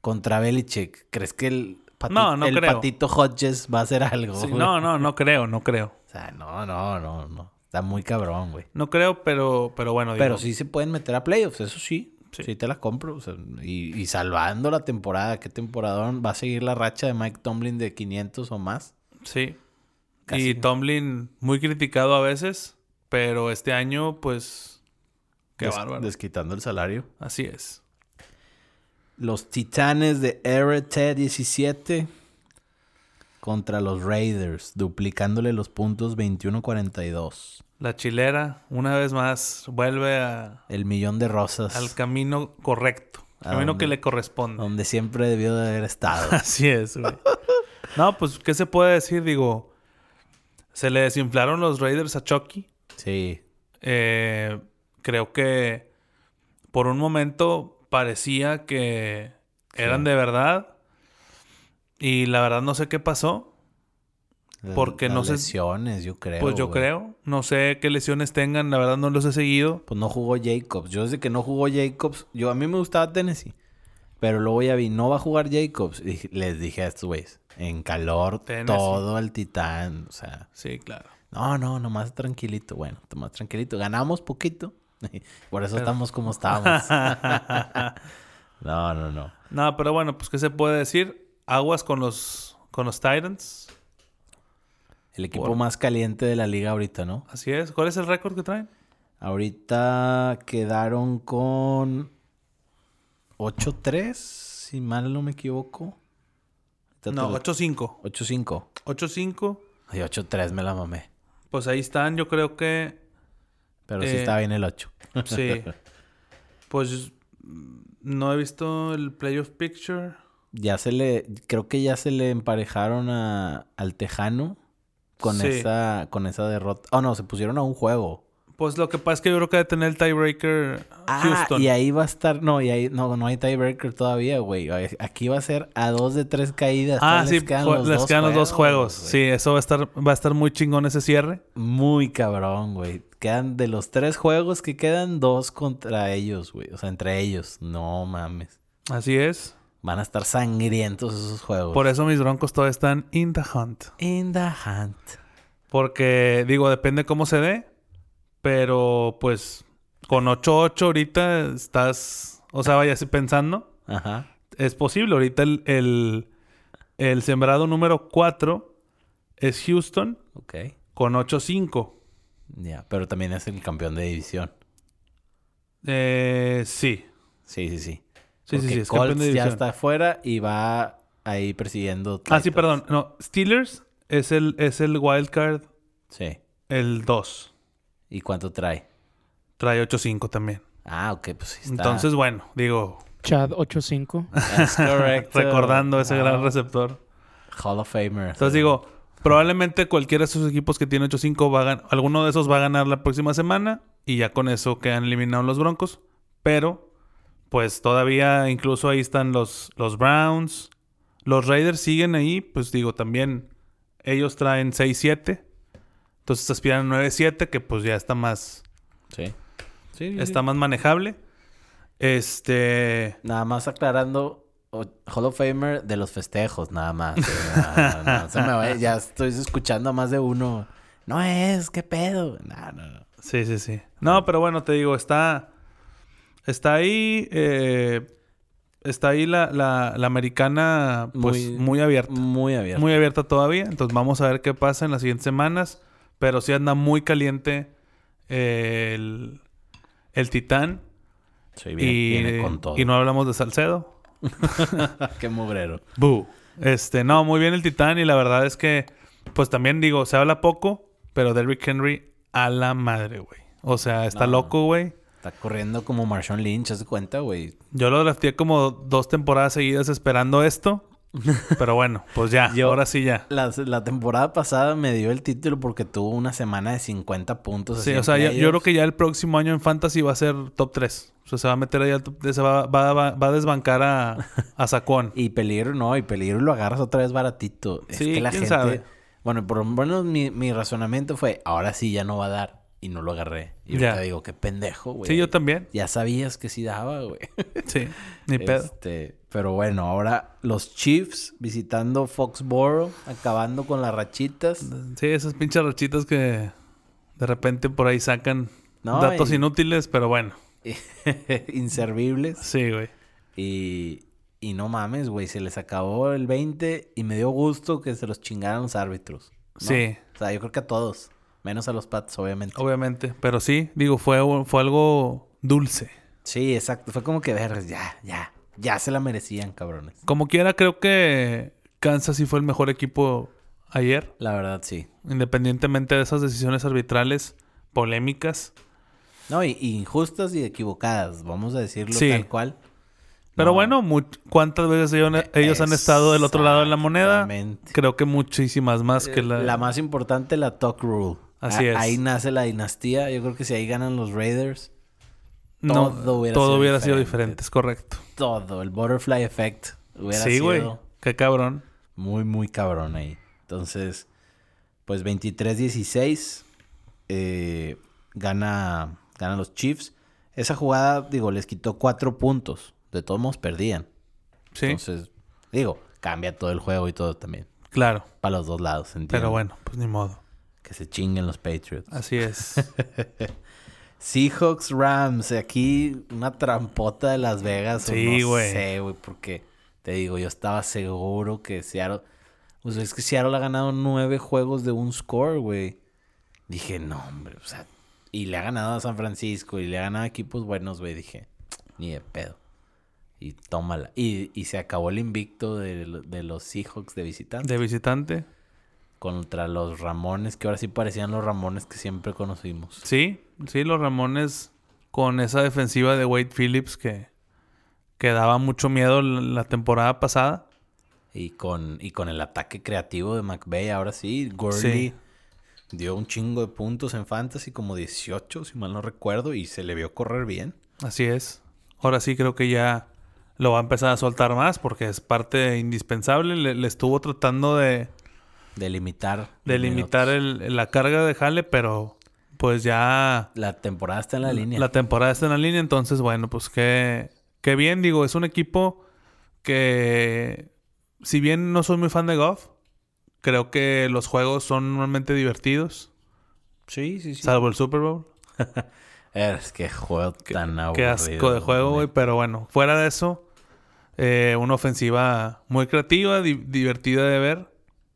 Speaker 2: contra Belichick. ¿Crees que el, pati-
Speaker 1: No, no
Speaker 2: el
Speaker 1: creo.
Speaker 2: patito Hodges va a hacer algo?
Speaker 1: Sí,
Speaker 2: güey?
Speaker 1: no, no, no creo, no creo.
Speaker 2: O sea, no, no, no, no. Está muy cabrón, güey.
Speaker 1: No creo, pero, pero bueno, digo,
Speaker 2: Pero sí se pueden meter a playoffs, eso sí.
Speaker 1: Sí.
Speaker 2: Sí, te la compro. o sea, y, y salvando la temporada, ¿qué temporadón? ¿Va a seguir la racha de Mike Tomlin de 500 o más?
Speaker 1: Sí.
Speaker 2: Casi.
Speaker 1: Y Tomlin, muy criticado a veces, pero este año, pues. Qué
Speaker 2: Des-
Speaker 1: bárbaro.
Speaker 2: Desquitando el salario.
Speaker 1: Así es.
Speaker 2: Los Titanes de RT17 contra los Raiders, duplicándole los puntos 21-42.
Speaker 1: La chilera, una vez más, vuelve a-
Speaker 2: El millón de rosas,
Speaker 1: al camino correcto.
Speaker 2: ¿A
Speaker 1: Camino
Speaker 2: dónde?
Speaker 1: que le corresponde.
Speaker 2: donde siempre debió de haber estado.
Speaker 1: <laughs> Así es, güey. No, pues, ¿qué se puede decir? Digo, se le desinflaron los Raiders a Chucky.
Speaker 2: sí,
Speaker 1: Eh, creo que por un momento parecía que eran de verdad. Y la verdad no sé qué pasó. Porque no sé-
Speaker 2: lesiones, yo creo.
Speaker 1: Pues yo
Speaker 2: güey.
Speaker 1: creo. No sé qué lesiones tengan. La verdad no los he seguido.
Speaker 2: Pues no jugó Jacobs. Yo desde que no jugó Jacobs, yo a mí me gustaba Tennessee. Pero luego ya vi, no va a jugar Jacobs. Y dije- les dije a estos güeyes, en calor
Speaker 1: Tennessee.
Speaker 2: todo el titán. O sea,
Speaker 1: Sí, claro.
Speaker 2: no, no, nomás tranquilito. Bueno, nomás tranquilito. Ganamos poquito. <laughs> Por eso
Speaker 1: Pero-
Speaker 2: estamos como estábamos.
Speaker 1: <laughs>
Speaker 2: no, no, no.
Speaker 1: <laughs> No, pero bueno, pues ¿qué se puede decir? Aguas con los, con los Titans.
Speaker 2: El equipo
Speaker 1: Por-
Speaker 2: más caliente de la liga ahorita, ¿no?
Speaker 1: Así es. ¿Cuál es el récord que traen?
Speaker 2: Ahorita quedaron con 8-3, si mal no me equivoco. Ahorita
Speaker 1: No,
Speaker 2: te-
Speaker 1: 8-5.
Speaker 2: 8-5.
Speaker 1: 8-5.
Speaker 2: Ay, 8-3 me la mamé.
Speaker 1: Pues ahí están. Yo creo que
Speaker 2: Pero sí
Speaker 1: Eh,
Speaker 2: está bien el 8.
Speaker 1: <laughs> Sí. Pues mm, no he visto el playoff picture.
Speaker 2: <laughs> Ya se le... Creo que ya se le emparejaron a, al Tejano con,
Speaker 1: Sí.
Speaker 2: esa, con esa derrota. Oh, no, se pusieron a un juego.
Speaker 1: Pues lo que pasa es que yo creo que ha de tener el tiebreaker
Speaker 2: Ah,
Speaker 1: Houston.
Speaker 2: y ahí va a estar... No, y ahí, no, no hay tiebreaker todavía, güey. Aquí va a ser a dos de tres caídas.
Speaker 1: Ah,
Speaker 2: Todavía
Speaker 1: sí, jue- les quedan los dos juegos.
Speaker 2: güey.
Speaker 1: Sí, eso va a estar, va a estar muy chingón ese cierre.
Speaker 2: Muy cabrón, güey. Quedan de los tres juegos que quedan dos contra ellos, güey. O sea, entre ellos. No mames.
Speaker 1: Así es.
Speaker 2: Van a estar sangrientos esos juegos.
Speaker 1: Por eso mis broncos todavía están in the hunt.
Speaker 2: In the hunt.
Speaker 1: Porque, digo, depende cómo se dé. Pero, pues, con 8-8 ahorita estás... O sea, vaya así pensando.
Speaker 2: Ajá.
Speaker 1: Es posible. Ahorita el, el, el sembrado número 4 es Houston
Speaker 2: Ok.
Speaker 1: con 8-5.
Speaker 2: Ya, pero también es el campeón de división.
Speaker 1: Eh, sí.
Speaker 2: Sí, sí, sí.
Speaker 1: Sí, sí,
Speaker 2: Porque
Speaker 1: sí. Es
Speaker 2: Colts
Speaker 1: campeón de
Speaker 2: ya
Speaker 1: división.
Speaker 2: está afuera y va ahí persiguiendo.
Speaker 1: Ah, sí,
Speaker 2: Titans.
Speaker 1: perdón. No, Steelers es el, es el wild card,
Speaker 2: Sí.
Speaker 1: el 2.
Speaker 2: ¿Y cuánto trae?
Speaker 1: Trae 8-5 también.
Speaker 2: Ah, ok, pues sí está.
Speaker 1: Entonces, bueno, digo, <laughs>
Speaker 3: Chad 85.
Speaker 2: <laughs> That's correct.
Speaker 1: recordando ese
Speaker 2: Ah,
Speaker 1: gran receptor.
Speaker 2: Hall of Famer.
Speaker 1: Entonces digo, probablemente cualquiera de esos equipos que tiene 8-5 va a gan- alguno de esos va a ganar la próxima semana y ya con eso quedan eliminados los Broncos, pero pues todavía incluso ahí están los los Browns, los Raiders siguen ahí, pues digo, también ellos traen 6-7. Entonces aspiran a 9-7, que pues ya está más
Speaker 2: Sí. Sí, sí,
Speaker 1: está más manejable. Este,
Speaker 2: Nada más aclarando, o- Hall of Famer de los festejos, nada más. No, no, no, se me vaya, ya estoy escuchando a más de uno. No es, qué pedo. No, no, no.
Speaker 1: sí, sí, sí. No, pero bueno, te digo, está Está ahí. eh, está ahí la, la- la americana, pues muy,
Speaker 2: Muy-
Speaker 1: abierta.
Speaker 2: Muy abierto.
Speaker 1: Muy abierta todavía. Entonces vamos a ver qué pasa en las siguientes semanas. Pero sí anda muy caliente eh, el, el titán.
Speaker 2: Sí, viene,
Speaker 1: y,
Speaker 2: viene con todo.
Speaker 1: y no hablamos de Salcedo.
Speaker 2: Qué mugrero.
Speaker 1: Bu. Este, no, muy bien el titán. Y la verdad es que, pues también digo, se habla poco, pero Derrick Henry a la madre, güey. O sea, está
Speaker 2: No.
Speaker 1: loco, güey.
Speaker 2: Está corriendo como Marshawn Lynch, ¿haz de cuenta, güey?
Speaker 1: Yo lo drafté como dos temporadas seguidas esperando
Speaker 2: <laughs>
Speaker 1: esto. Pero bueno, pues ya,
Speaker 2: Yo-
Speaker 1: ahora sí ya.
Speaker 2: La, la temporada pasada me dio el título porque tuvo una semana de 50 puntos.
Speaker 1: Sí,
Speaker 2: así
Speaker 1: o
Speaker 2: en
Speaker 1: sea, yo, yo creo
Speaker 2: playoffs.
Speaker 1: que ya el próximo año en Fantasy va a ser top 3. O sea, se va a meter ahí al top 3, se va, va- va- va a desbancar a, a Sacón.
Speaker 2: Y peligro no, y peligro lo agarras otra vez baratito. Es
Speaker 1: Sí,
Speaker 2: que la
Speaker 1: quién
Speaker 2: gente.
Speaker 1: sabe.
Speaker 2: Bueno, por lo menos mi, mi razonamiento fue: ahora sí ya no va a dar. Y no lo agarré. Y
Speaker 1: Ya.
Speaker 2: ahorita digo: qué pendejo, <laughs> güey.
Speaker 1: Sí, yo también.
Speaker 2: Ya sabías que sí daba, güey.
Speaker 1: Sí, ni pedo.
Speaker 2: Este, pero bueno, ahora los Chiefs visitando Foxboro, acabando con las rachitas.
Speaker 1: Sí, esas pinches rachitas que de repente por ahí sacan
Speaker 2: No,
Speaker 1: datos
Speaker 2: y-
Speaker 1: inútiles, pero bueno.
Speaker 2: <laughs> inservibles.
Speaker 1: Sí, güey.
Speaker 2: Y, y no mames, güey. Se les acabó el 20 y me dio gusto que se los chingaran los árbitros. ¿no?
Speaker 1: Sí.
Speaker 2: O sea, yo creo que a todos. Menos a los Pats, obviamente.
Speaker 1: Obviamente. Pero sí, digo, fue, fue algo dulce.
Speaker 2: Sí, exacto. Fue como que ver, ya, ya. Ya se la merecían, cabrones.
Speaker 1: Como quiera, creo que Kansas sí fue el mejor equipo ayer,
Speaker 2: La verdad, sí.
Speaker 1: independientemente de esas decisiones arbitrales polémicas.
Speaker 2: No, y, y injustas y equivocadas. Vamos a decirlo
Speaker 1: Sí.
Speaker 2: tal cual.
Speaker 1: Pero
Speaker 2: No.
Speaker 1: bueno, mu- ¿cuántas veces ellos, Eh, ellos han estado del otro lado de la moneda?
Speaker 2: Exactamente.
Speaker 1: Creo que muchísimas más que la...
Speaker 2: La más importante, la Talk Rule.
Speaker 1: Así
Speaker 2: A-
Speaker 1: es.
Speaker 2: Ahí nace la dinastía. Yo creo que si ahí ganan los Raiders,
Speaker 1: no,
Speaker 2: todo hubiera
Speaker 1: todo
Speaker 2: sido
Speaker 1: hubiera sido diferente,
Speaker 2: diferente.
Speaker 1: es correcto.
Speaker 2: todo. El Butterfly Effect hubiera
Speaker 1: sí, güey.
Speaker 2: sido
Speaker 1: Qué cabrón.
Speaker 2: muy, muy cabrón ahí. Entonces, Pues 23-16 eh, gana, ganan los Chiefs. Esa jugada, digo, les quitó cuatro puntos. De todos modos, perdían.
Speaker 1: Sí,
Speaker 2: Entonces, digo, cambia todo el juego y todo también.
Speaker 1: claro.
Speaker 2: Para los dos lados, entiendo.
Speaker 1: Pero bueno, pues ni modo.
Speaker 2: Que se chinguen los Patriots.
Speaker 1: Así
Speaker 2: <laughs>
Speaker 1: es.
Speaker 2: Seahawks Rams, aquí una trampota de Las Vegas. o
Speaker 1: Sí,
Speaker 2: no
Speaker 1: güey.
Speaker 2: sé, güey, porque te digo, yo estaba seguro que Seattle. O sea, es que Seattle ha ganado nueve juegos de un score, güey. Dije, no, hombre, o sea, y le ha ganado a San Francisco y le ha ganado a equipos buenos, güey. Dije, ni de pedo. Y tómala. Y, y se acabó el invicto de, lo- de los Seahawks de visitante
Speaker 1: De visitante.
Speaker 2: contra los Ramones, que ahora sí parecían los Ramones que siempre conocimos.
Speaker 1: Sí, sí, los Ramones con esa defensiva de Wade Phillips que, que daba mucho miedo la- la temporada pasada.
Speaker 2: Y con, y con el ataque creativo de McVeigh, ahora sí, Gurley
Speaker 1: Sí.
Speaker 2: dio un chingo de puntos en Fantasy, como 18, si mal no recuerdo, y se le vio correr bien.
Speaker 1: Así es. Ahora sí creo que ya lo va a empezar a soltar más porque es parte indispensable. Le, le estuvo tratando de,
Speaker 2: De limitar.
Speaker 1: de limitar
Speaker 2: minutos.
Speaker 1: el- la carga de Jale, pero pues ya
Speaker 2: La temporada está en la línea.
Speaker 1: La temporada está en la línea, entonces, bueno, pues qué, qué bien, digo, es un equipo que, si bien no soy muy fan de Goff, creo que los juegos son normalmente divertidos,
Speaker 2: Sí, sí, sí.
Speaker 1: salvo el Super Bowl.
Speaker 2: Es que juego tan aburrido.
Speaker 1: qué asco de juego, güey, pero bueno, fuera de eso, eh, una ofensiva muy creativa, di- divertida de ver,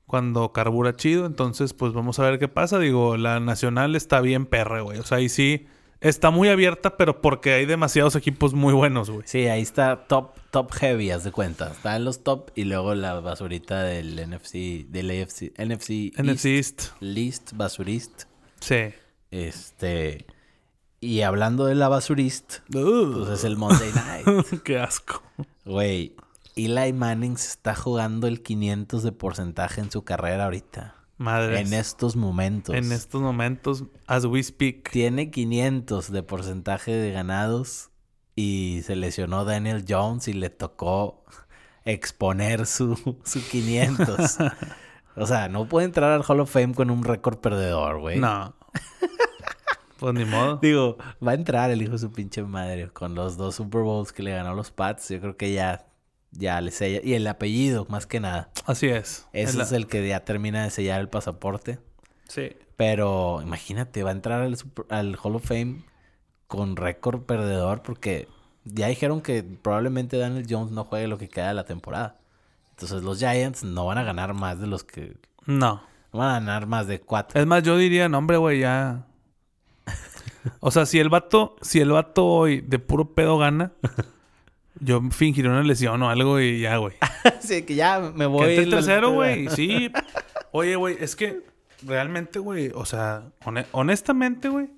Speaker 1: cuando carbura chido, entonces, pues vamos a ver qué pasa, digo, la nacional está bien perra, güey, o sea, ahí sí. Está muy abierta, pero porque hay demasiados equipos muy buenos, güey.
Speaker 2: Sí, ahí está top, top heavy, haz de cuenta. Está en los top y luego la basurita del NFC, del AFC, NFC,
Speaker 1: NFC
Speaker 2: East,
Speaker 1: East.
Speaker 2: List, basurist.
Speaker 1: Sí.
Speaker 2: Este. Y hablando de la basurist, pues es el Monday Night.
Speaker 1: <laughs> Qué asco.
Speaker 2: Güey, Eli Manning se está jugando el 500 de porcentaje en su carrera ahorita.
Speaker 1: Madre.
Speaker 2: En estos momentos.
Speaker 1: en estos momentos, as we speak.
Speaker 2: Tiene 500 de porcentaje de ganados y se lesionó Daniel Jones y le tocó exponer su, su 500. o sea, no puede entrar al Hall of Fame con un récord perdedor, güey. <laughs>
Speaker 1: No. pues ni modo.
Speaker 2: Digo, va a entrar el hijo de su pinche madre con los dos Super Bowls que le ganó los Pats. Yo creo que ya, ya le sella. Y el apellido, más que nada.
Speaker 1: Así es.
Speaker 2: Ese
Speaker 1: la-
Speaker 2: es el que ya termina de sellar el pasaporte.
Speaker 1: Sí.
Speaker 2: Pero imagínate, va a entrar al, Super- al Hall of Fame con récord perdedor porque ya dijeron que probablemente Daniel Jones no juegue lo que queda de la temporada. Entonces los Giants no van a ganar más de los que...
Speaker 1: No.
Speaker 2: No van a ganar más de <laughs> cuatro.
Speaker 1: Es más, yo diría, no, hombre, güey,
Speaker 2: <laughs>
Speaker 1: ya. O sea, si el vato, si el vato hoy de puro pedo
Speaker 2: <laughs>
Speaker 1: gana, yo fingiré una lesión o algo y ya, güey.
Speaker 2: Así que ya me
Speaker 1: Que
Speaker 2: voy.
Speaker 1: entre el
Speaker 2: la-
Speaker 1: tercero, güey.
Speaker 2: <laughs>
Speaker 1: Sí. Oye, güey, es que realmente, güey, o sea, hone- honestamente, güey,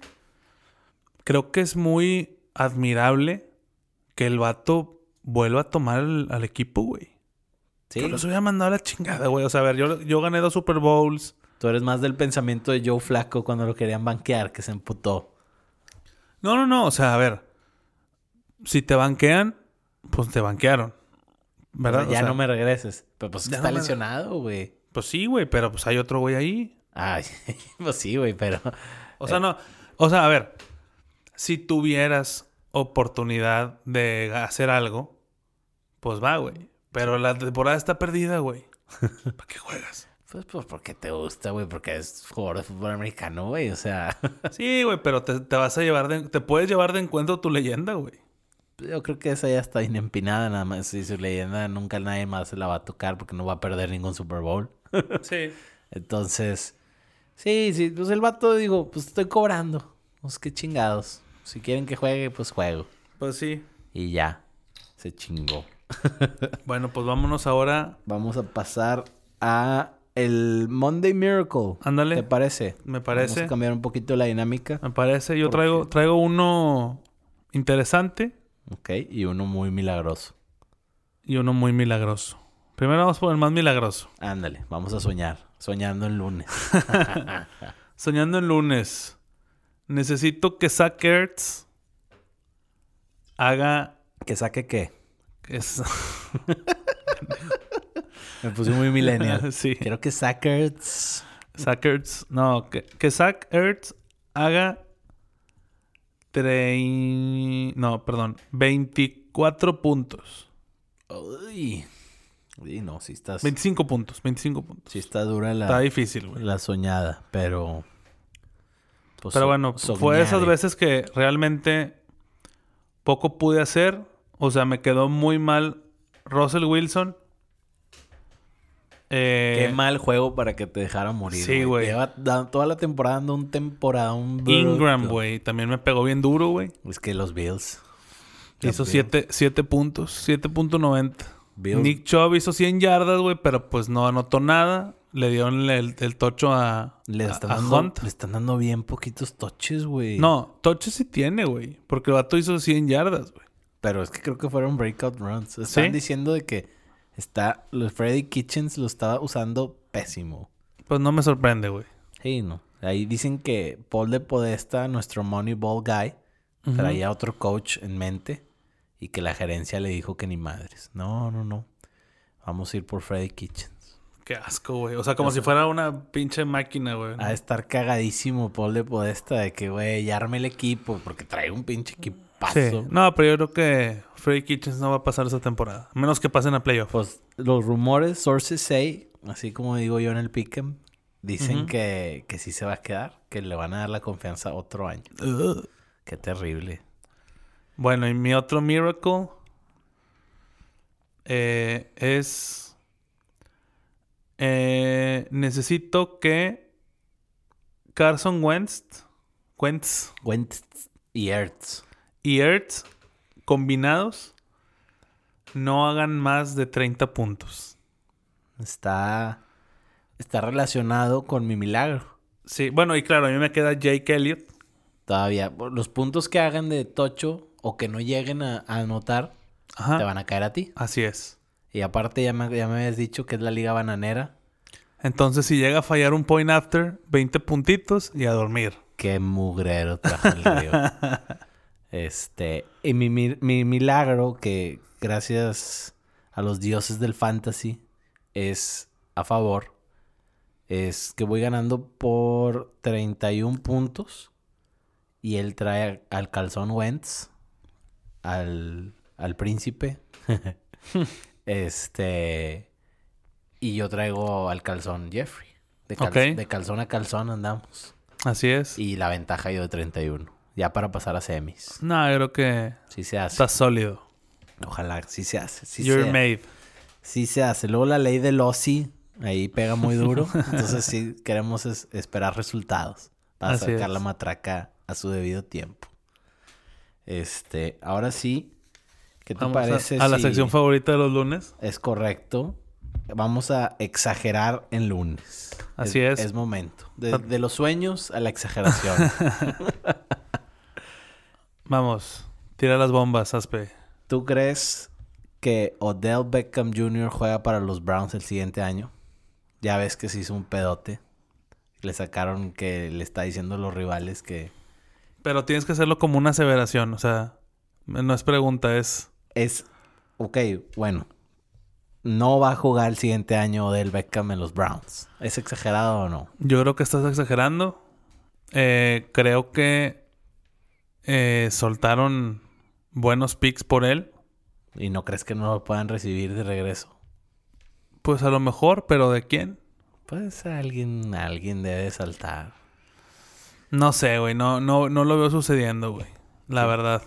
Speaker 1: creo que es muy admirable que el vato vuelva a tomar al, al equipo, güey.
Speaker 2: Sí.
Speaker 1: Yo los hubiera mandado a la chingada, güey. O sea, a ver, yo, yo gané dos Super Bowls.
Speaker 2: Tú eres más del pensamiento de Joe Flaco cuando lo querían banquear, que se emputó.
Speaker 1: No, no, no. O sea, a ver, si te banquean, pues te banquearon. ¿Verdad?
Speaker 2: ya
Speaker 1: O sea,
Speaker 2: no me regreses. Pero pues
Speaker 1: ya
Speaker 2: está
Speaker 1: no me-
Speaker 2: lesionado, güey.
Speaker 1: Pues sí, güey, pero pues hay otro güey ahí.
Speaker 2: Ay, <laughs> pues sí, güey, pero.
Speaker 1: O sea, no. O sea, a ver. Si tuvieras oportunidad de hacer algo, pues va, güey. Pero la temporada está perdida,
Speaker 2: <laughs>
Speaker 1: güey. ¿Para qué juegas?
Speaker 2: Pues, pues porque te gusta, güey, porque es jugador de fútbol americano, güey. O sea, <laughs>
Speaker 1: Sí, güey, pero te, te vas a llevar de, te puedes llevar de encuentro tu leyenda, güey.
Speaker 2: yo creo que esa ya está inempinada, nada más. Y su leyenda nunca nadie más se la va a tocar porque no va a perder ningún Super Bowl.
Speaker 1: Sí.
Speaker 2: Entonces, sí, sí, pues el vato, digo, pues estoy cobrando. Pues qué chingados. Si quieren que juegue, pues juego.
Speaker 1: Pues sí.
Speaker 2: Y ya, se chingó.
Speaker 1: Bueno, pues vámonos ahora.
Speaker 2: Vamos a pasar a el Monday Miracle.
Speaker 1: Ándale.
Speaker 2: ¿Te parece?
Speaker 1: Me
Speaker 2: Vamos
Speaker 1: parece.
Speaker 2: a cambiar un poquito la dinámica.
Speaker 1: Me parece. Yo traigo, traigo uno interesante
Speaker 2: Ok, y uno muy milagroso.
Speaker 1: y uno muy milagroso. Primero vamos por el más milagroso.
Speaker 2: Ándale, vamos a soñar. Soñando el lunes.
Speaker 1: Soñando en lunes. Necesito que Zach Ertz haga.
Speaker 2: ¿Que saque qué?
Speaker 1: que s-
Speaker 2: Me puse muy millennial.
Speaker 1: Sí. <laughs>
Speaker 2: Quiero que Sackers
Speaker 1: Zach Ertz, no, que, que Zach Ertz haga trein- no, perdón, 24 puntos.
Speaker 2: Uy. Uy, no, sí estás...
Speaker 1: 25 puntos, 25 puntos.
Speaker 2: Sí está dura la...
Speaker 1: Está difícil, güey.
Speaker 2: La soñada, pero. pues,
Speaker 1: Pero
Speaker 2: so-
Speaker 1: bueno, fue
Speaker 2: soñare.
Speaker 1: de esas veces que realmente poco pude hacer. O sea, me quedó muy mal Russell Wilson. Eh,
Speaker 2: Qué mal juego para que te dejara morir.
Speaker 1: Sí, güey.
Speaker 2: Lleva da- toda la temporada dando un temporada.
Speaker 1: Ingram, güey. También me pegó bien duro, güey.
Speaker 2: Es que los Bills. Los
Speaker 1: Hizo
Speaker 2: Bills.
Speaker 1: 7 puntos, 7.90.
Speaker 2: Bills.
Speaker 1: Nick Chubb hizo 100 yardas, güey, pero pues no anotó nada. Le dieron el, el tocho a,
Speaker 2: Le
Speaker 1: a-
Speaker 2: están,
Speaker 1: a
Speaker 2: dando,
Speaker 1: Hunt.
Speaker 2: le están dando bien poquitos toches, güey.
Speaker 1: No, tocho sí tiene, güey. Porque el vato hizo 100 yardas, güey.
Speaker 2: Pero es que creo que fueron breakout runs. Están
Speaker 1: ¿Sí?
Speaker 2: diciendo de que está. Los Freddy Kitchens lo estaba usando pésimo.
Speaker 1: Pues no me sorprende, güey.
Speaker 2: Sí, no. Ahí dicen que Paul de Podesta, nuestro Moneyball guy,
Speaker 1: Ujú.
Speaker 2: traía otro coach en mente y que la gerencia le dijo que ni madres. No, no, no. Vamos a ir por Freddy Kitchens.
Speaker 1: Qué asco, güey. O sea, como si fuera una pinche máquina, güey.
Speaker 2: Ha de estar cagadísimo Paul de Podesta de que, güey, ya arme el equipo porque trae un pinche
Speaker 1: Sí.
Speaker 2: equipazo.
Speaker 1: No, pero yo creo que Freddy Kitchens no va a pasar esa temporada. A Menos que pasen a playoff.
Speaker 2: Pues los rumores, sources say, así como digo yo en el Pick'em, dicen
Speaker 1: Ujú.
Speaker 2: que, que sí se va a quedar, que le van a dar la confianza otro año.
Speaker 1: Ugh.
Speaker 2: Qué terrible.
Speaker 1: Bueno, y mi otro miracle eh, es... eh, necesito que Carson Wentz, Wentz
Speaker 2: Wentz y Ertz.
Speaker 1: y Ertz combinados no hagan más de 30 puntos.
Speaker 2: Está, está relacionado con mi milagro.
Speaker 1: Sí, bueno, y claro, a mí me queda Jake Elliott.
Speaker 2: Todavía. por Los puntos que hagan de tocho o que no lleguen a, a anotar,
Speaker 1: Ajá.
Speaker 2: te van a caer a ti.
Speaker 1: Así es.
Speaker 2: Y aparte ya me, ya me habías dicho que es la liga bananera.
Speaker 1: Entonces, si llega a fallar un point after, 20 puntitos y a dormir.
Speaker 2: Qué mugrero trajo el río. este. Y mi, mi- mi milagro, que gracias a los dioses del fantasy, es a favor. Es que voy ganando por 31 puntos. Y él trae al calzón Wentz. Al, al príncipe. este. Y yo traigo al calzón Jeffrey. De, calz-
Speaker 1: Ok.
Speaker 2: de calzón a calzón andamos.
Speaker 1: Así es.
Speaker 2: Y la ventaja yo de 31. Ya para pasar a semis.
Speaker 1: No, yo creo que
Speaker 2: Sí se hace.
Speaker 1: está sólido.
Speaker 2: Ojalá, sí se hace. Sí,
Speaker 1: You're
Speaker 2: se,
Speaker 1: made.
Speaker 2: sí se hace. Luego la ley del OSI ahí pega
Speaker 1: <laughs>
Speaker 2: muy duro. Entonces sí queremos es- esperar resultados para
Speaker 1: Así
Speaker 2: sacar la
Speaker 1: es.
Speaker 2: matraca a su debido tiempo. Este, ahora sí. ¿Qué te
Speaker 1: Vamos a-
Speaker 2: parece?
Speaker 1: a, la
Speaker 2: si
Speaker 1: sección favorita de los lunes.
Speaker 2: Es correcto. Vamos a exagerar en lunes.
Speaker 1: Así es.
Speaker 2: Es momento. De, de los sueños a la exageración.
Speaker 1: <laughs> Vamos, tira las bombas, Aspe.
Speaker 2: ¿Tú crees que Odell Beckham Jr. juega para los Browns el siguiente año? Ya ves que se hizo un pedote. Le sacaron que le está diciendo a los rivales que
Speaker 1: Pero tienes que hacerlo como una aseveración. O sea, no es pregunta, es...
Speaker 2: es... Ok, bueno. No va a jugar el siguiente año Odell Beckham en los Browns. ¿Es exagerado o no?
Speaker 1: Yo creo que estás exagerando. Eh, creo que eh, soltaron buenos picks por él.
Speaker 2: ¿Y no crees que no lo puedan recibir de regreso?
Speaker 1: Pues a lo mejor, pero ¿de quién?
Speaker 2: Pues alguien, alguien debe saltar.
Speaker 1: No sé, güey. No, no, no lo veo sucediendo, güey. La verdad.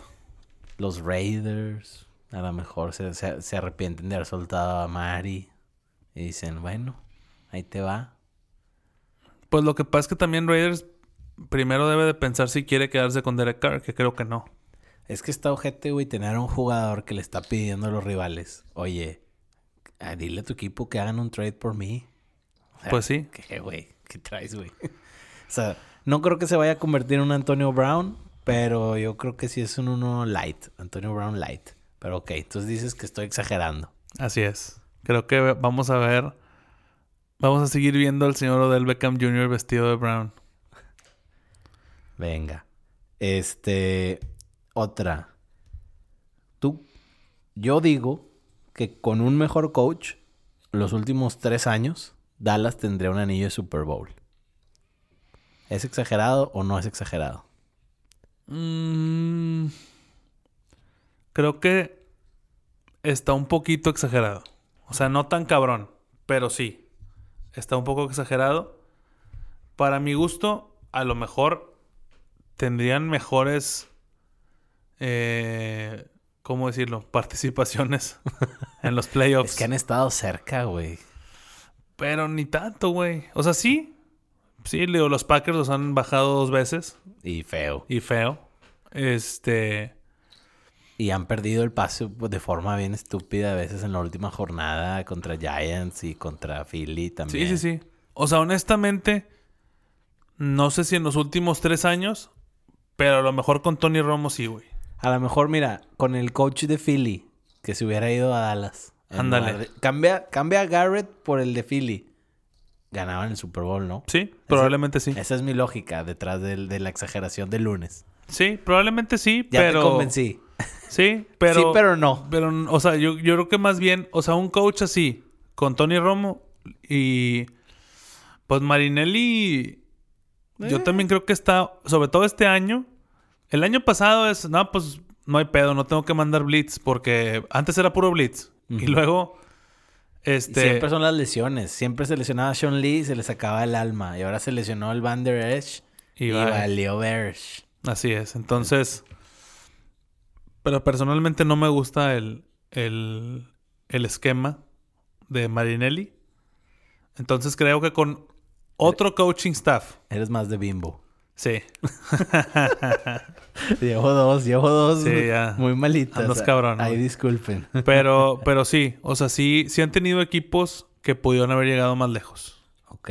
Speaker 2: Los Raiders. A lo mejor se, se- se arrepienten de haber soltado a Mari. Y dicen, bueno, ahí te va.
Speaker 1: Pues lo que pasa es que también Raiders primero debe de pensar si quiere quedarse con Derek Carr, que creo que no.
Speaker 2: Es que está ojete, güey, tener a un jugador que le está pidiendo a los rivales. Oye, ah, dile a tu equipo que hagan un trade por mí. O sea,
Speaker 1: Pues sí.
Speaker 2: ¿Qué, güey? ¿Qué traes, güey? <laughs> o sea, no creo que se vaya a convertir en un Antonio Brown, pero yo creo que sí es un uno light. Antonio Brown light. Pero ok, entonces dices que estoy exagerando.
Speaker 1: Así es. Creo que vamos a ver. Vamos a seguir viendo al señor Odell Beckham Jr. vestido de Brown.
Speaker 2: Venga. Este. Otra. Tú. Yo digo que con un mejor coach, los últimos tres años, Dallas tendría un anillo de Super Bowl. ¿Es exagerado o no es exagerado?
Speaker 1: Mm, creo que está un poquito exagerado. O sea, no tan cabrón, pero sí. Está un poco exagerado. Para mi gusto, a lo mejor tendrían mejores... eh, ¿Cómo decirlo? <laughs> Participaciones en los playoffs.
Speaker 2: Es que han e- estado cerca, güey.
Speaker 1: Pero ni tanto, güey. O sea, sí. Sí, le digo, los Packers los han bajado dos veces.
Speaker 2: Y feo.
Speaker 1: Y feo. Este.
Speaker 2: Y han perdido el pase pues, de forma bien estúpida a veces en la última jornada contra Giants y contra Philly también.
Speaker 1: Sí, sí, sí. O sea, honestamente, no sé si en los últimos tres años, pero a lo mejor con Tony Romo sí, güey.
Speaker 2: A lo mejor, mira, con el coach de Philly, que se hubiera ido a Dallas. en
Speaker 1: Ándale.
Speaker 2: lugar de- Cambia, cambia a Garrett por el de Philly. Ganaban el Super Bowl, ¿no?
Speaker 1: Sí, probablemente sí.
Speaker 2: Esa es mi lógica detrás del- de la exageración del lunes.
Speaker 1: Sí, probablemente sí,
Speaker 2: Ya
Speaker 1: pero.
Speaker 2: te convencí.
Speaker 1: Sí, pero.
Speaker 2: sí, pero no.
Speaker 1: Pero, o sea, yo, yo creo que más bien, o sea, un coach así, con Tony Romo y. Pues Marinelli. Yo
Speaker 2: Eh.
Speaker 1: también creo que está, sobre todo este año. El año pasado es, no, pues no hay pedo, no tengo que mandar blitz, porque antes era puro blitz. Y
Speaker 2: Ujú.
Speaker 1: luego,
Speaker 2: Y
Speaker 1: este.
Speaker 2: Siempre son las lesiones. Siempre se lesionaba Sean Lee y se le sacaba el alma. Y ahora se lesionó el Van Der Esch y,
Speaker 1: y va-
Speaker 2: valió Bersh.
Speaker 1: Así es, entonces. Pero personalmente no me gusta el, el, el esquema de Marinelli. Entonces creo que con otro coaching staff.
Speaker 2: Eres más de bimbo. <laughs>
Speaker 1: Sí,
Speaker 2: Llevo dos, llevo dos.
Speaker 1: Sí,
Speaker 2: muy-
Speaker 1: ya.
Speaker 2: Muy malitas.
Speaker 1: Andas cabrón,
Speaker 2: Ahí
Speaker 1: güey.
Speaker 2: disculpen. <laughs>
Speaker 1: pero, pero sí, o sea, sí, sí han tenido equipos que pudieron haber llegado más lejos.
Speaker 2: ok.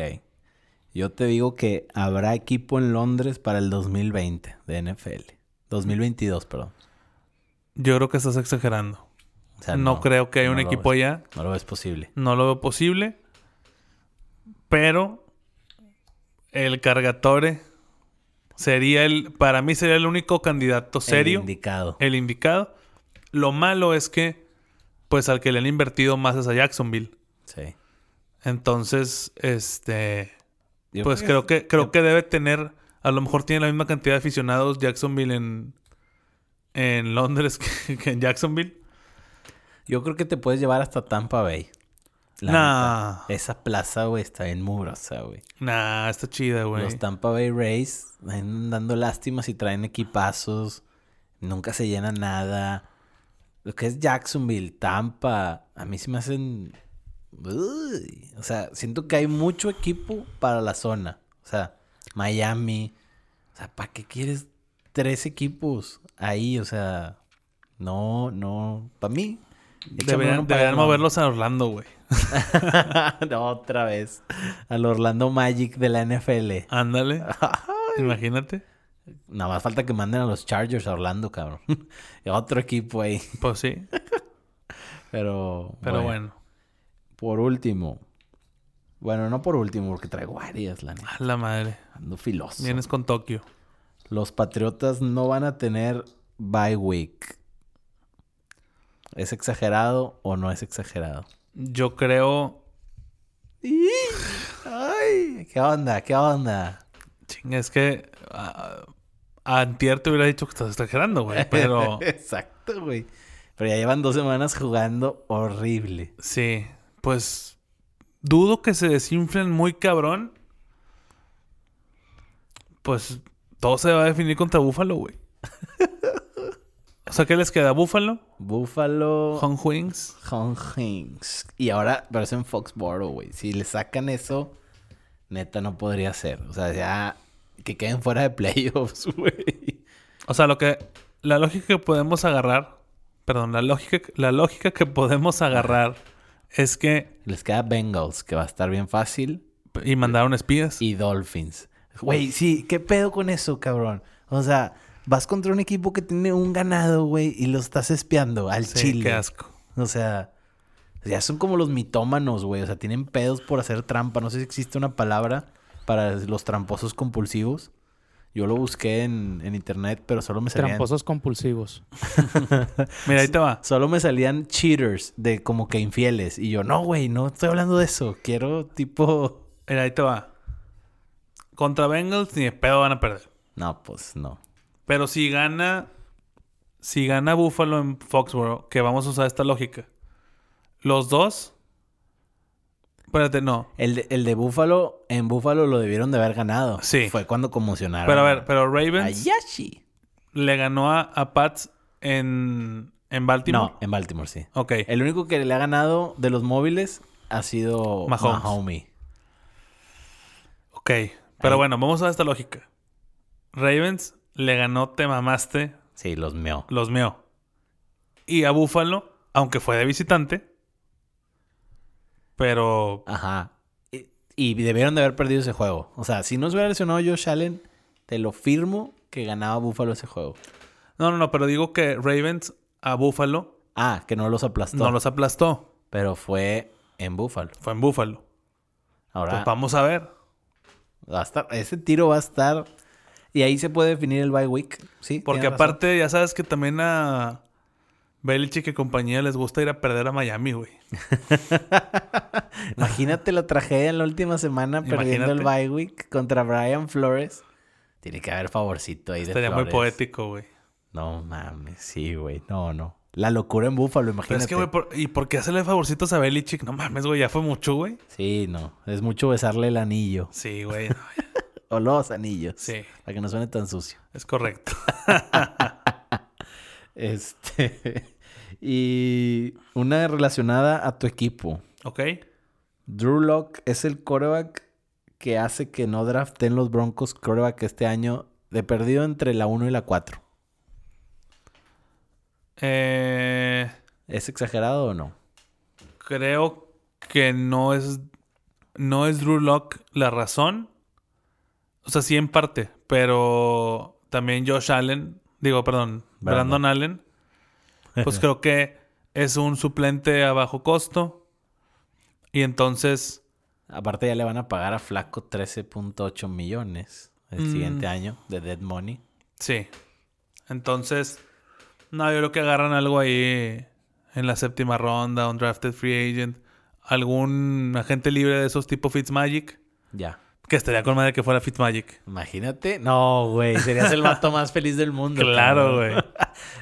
Speaker 2: Yo te digo que habrá equipo en Londres para el 2020 de NFL. 2022, perdón.
Speaker 1: Yo creo que estás exagerando.
Speaker 2: O sea,
Speaker 1: no, creo que haya un
Speaker 2: no lo
Speaker 1: equipo
Speaker 2: ves.
Speaker 1: allá.
Speaker 2: No lo ves posible.
Speaker 1: No lo veo posible. Pero el Cargatore sería el. Para mí sería el único candidato serio. Eh,
Speaker 2: El indicado.
Speaker 1: El indicado. Lo malo es que. Pues al que le han invertido más es a Jacksonville.
Speaker 2: Sí.
Speaker 1: Entonces, este.
Speaker 2: Yo
Speaker 1: pues creo que, creo que debe tener. A lo mejor tiene la misma cantidad de aficionados Jacksonville en. En Londres <laughs> que, que en Jacksonville.
Speaker 2: Yo creo que te puedes llevar hasta Tampa Bay. La
Speaker 1: Nah.
Speaker 2: neta. Esa plaza, güey, está bien mugrosa, güey.
Speaker 1: Nah, está chida, güey.
Speaker 2: Los Tampa Bay Rays andan dando lástimas y traen equipazos. Nunca se llena nada. Lo que es Jacksonville, Tampa, a mí se me hacen... Uy, O sea, siento que hay mucho equipo para la zona. O sea, Miami. O sea, ¿para qué quieres tres equipos ahí? O sea, no, no. Para mí. échame
Speaker 1: Deberían,
Speaker 2: uno para
Speaker 1: deberían
Speaker 2: la-
Speaker 1: moverlos a Orlando, güey.
Speaker 2: <laughs> no, otra vez. Al Orlando Magic de la NFL.
Speaker 1: Ándale. Imagínate.
Speaker 2: Nada más falta que manden a los Chargers a Orlando, cabrón. <laughs> Y otro equipo ahí.
Speaker 1: Pues sí,
Speaker 2: Pero,
Speaker 1: pero bueno.
Speaker 2: Por último. Bueno, no por último, porque traigo varias, la neta.
Speaker 1: A la madre.
Speaker 2: Ando filoso.
Speaker 1: Vienes con Tokio.
Speaker 2: Los Patriotas no van a tener bye week. ¿Es exagerado o no es exagerado?
Speaker 1: Yo creo.
Speaker 2: ¡Ay! ¿Qué onda? ¿Qué onda?
Speaker 1: Ching, es que. ah, antier te hubiera dicho que estás exagerando, güey.
Speaker 2: <laughs>
Speaker 1: Pero.
Speaker 2: Exacto, güey. Pero ya llevan dos semanas jugando horrible.
Speaker 1: sí. Pues. Dudo que se desinflen muy cabrón. Pues. Todo se va a definir contra Búfalo, güey. O sea, ¿qué les queda? ¿Búfalo?
Speaker 2: Buffalo...
Speaker 1: ¿Hong Wings?
Speaker 2: Hong Hinks. Y ahora, pero es en Foxboro, güey. Si le sacan eso, neta no podría ser. O sea, ya que queden fuera de playoffs, <laughs> güey.
Speaker 1: O sea, lo que. La lógica que podemos agarrar. Perdón, la lógica, la lógica que podemos agarrar es que.
Speaker 2: Les queda Bengals, que va a estar bien fácil,
Speaker 1: Y mandaron espías.
Speaker 2: y Dolphins. Güey, sí, ¿qué pedo con eso, cabrón? O sea, vas contra un equipo que tiene un ganado, güey, y lo estás espiando al
Speaker 1: Sí,
Speaker 2: chile.
Speaker 1: qué asco.
Speaker 2: O sea, ya son como los mitómanos, güey. O sea, tienen pedos por hacer trampa. No sé si existe una palabra para los tramposos compulsivos. Yo lo busqué en, en internet, pero solo me salían...
Speaker 3: Tramposos compulsivos.
Speaker 1: Mira, ahí te va.
Speaker 2: Solo me salían cheaters de como que infieles. Y yo, no, güey, no estoy hablando de eso. Quiero tipo...
Speaker 1: Mira, ahí te va. Contra Bengals ni de pedo van a perder.
Speaker 2: No, pues no.
Speaker 1: Pero si gana, si gana Buffalo en Foxborough, que vamos a usar esta lógica. Los dos. Espérate, no.
Speaker 2: El de, el de Búfalo, en Búfalo lo debieron de haber ganado.
Speaker 1: Sí.
Speaker 2: Fue cuando conmocionaron.
Speaker 1: Pero a ver, pero Ravens
Speaker 2: Ayashi.
Speaker 1: le ganó a, a Pats en, en Baltimore.
Speaker 2: No, en Baltimore, sí.
Speaker 1: Ok.
Speaker 2: El único que le ha ganado de los móviles ha sido
Speaker 1: Mahomes.
Speaker 2: Mahomes.
Speaker 1: Ok. Pero
Speaker 2: Ahí.
Speaker 1: bueno, vamos a esta lógica. Ravens le ganó, te mamaste,
Speaker 2: Sí, los meó.
Speaker 1: los meó. Y a Buffalo, aunque fue de visitante. Pero
Speaker 2: Ajá. Y, y debieron de haber perdido ese juego. O sea, si no se hubiera lesionado Josh Allen, te lo firmo que ganaba Buffalo ese juego.
Speaker 1: No, no, no, pero digo que Ravens a Buffalo
Speaker 2: Ah, que no los aplastó.
Speaker 1: no los aplastó.
Speaker 2: Pero fue en Buffalo.
Speaker 1: Fue en Buffalo.
Speaker 2: Ahora,
Speaker 1: Pues vamos a ver.
Speaker 2: va a estar- ese tiro va a estar... Y ahí se puede definir el bye week, ¿sí?
Speaker 1: Porque
Speaker 2: tienes razón.
Speaker 1: aparte, ya sabes que también a Belichick y compañía les gusta ir a perder a Miami, güey.
Speaker 2: Imagínate la tragedia en la
Speaker 1: <laughs>
Speaker 2: última semana perdiendo el
Speaker 1: Imagínate.
Speaker 2: bye week contra Brian Flores. Tiene que haber favorcito ahí de
Speaker 1: Estaría muy
Speaker 2: Flores.
Speaker 1: poético, güey.
Speaker 2: No mames, sí, güey. No, no. La locura en Búfalo, imagínate.
Speaker 1: Pero es que, güey, por- ¿y por qué hacerle favorcitos a Belichick? No mames, güey, ya fue mucho, güey.
Speaker 2: Sí, no. Es mucho besarle el anillo.
Speaker 1: Sí, güey. no, ya-
Speaker 2: O los anillos.
Speaker 1: sí,
Speaker 2: Para que no suene tan sucio.
Speaker 1: es correcto. <laughs>
Speaker 2: Este. <laughs> y una relacionada a tu equipo.
Speaker 1: ¿Ok?
Speaker 2: Drew Locke es el coreback que hace que no draften los Broncos coreback este año de perdido entre la 1 y la 4.
Speaker 1: Eh,
Speaker 2: ¿Es exagerado o no?
Speaker 1: creo que no es. No es Drew Lock la razón. O sea, sí en parte. Pero también Josh Allen. Digo, perdón. Brandon,
Speaker 2: Brandon.
Speaker 1: Allen. Pues creo que es un suplente a bajo costo. Y entonces.
Speaker 2: Aparte ya le van a pagar a Flaco 13.8 millones el
Speaker 1: Mm.
Speaker 2: siguiente año de Dead Money.
Speaker 1: Sí. Entonces. No, yo creo que agarran algo ahí. En la séptima ronda. Un drafted free agent. Algún agente libre de esos tipo Fitzmagic.
Speaker 2: Ya.
Speaker 1: Que estaría con madre que fuera Fitzmagic.
Speaker 2: Imagínate. No, güey. Serías el vato más feliz del mundo.
Speaker 1: <laughs> Claro,
Speaker 2: cabrón.
Speaker 1: güey.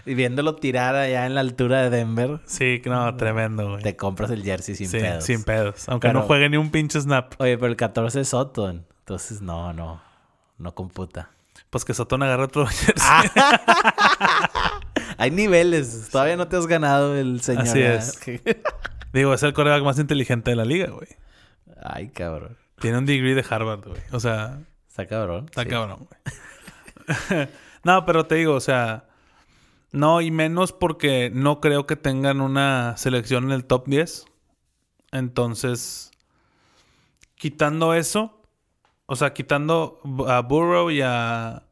Speaker 2: Y viéndolo tirar allá en la altura de Denver, <laughs>
Speaker 1: Sí, no, tremendo, güey.
Speaker 2: te compras el jersey sin
Speaker 1: sí,
Speaker 2: pedos.
Speaker 1: sin pedos. Aunque no
Speaker 2: Pero-
Speaker 1: juegue ni un pinche snap.
Speaker 2: Oye, pero el 14 es Sutton. Entonces, no, no. No computa.
Speaker 1: Pues que Sotón agarre otro <laughs> jersey.
Speaker 2: Hay niveles. Todavía no te has ganado el señor.
Speaker 1: Así es. Digo, es el coreback más inteligente de la liga, güey.
Speaker 2: <laughs> Ay, cabrón.
Speaker 1: Tiene un degree de Harvard, güey. O sea,
Speaker 2: Está cabrón.
Speaker 1: está
Speaker 2: sí.
Speaker 1: cabrón, güey. <laughs> no, pero te digo, o sea... No, y menos porque no creo que tengan una selección en el top 10. Entonces, quitando eso... O sea, quitando a Burrow y a...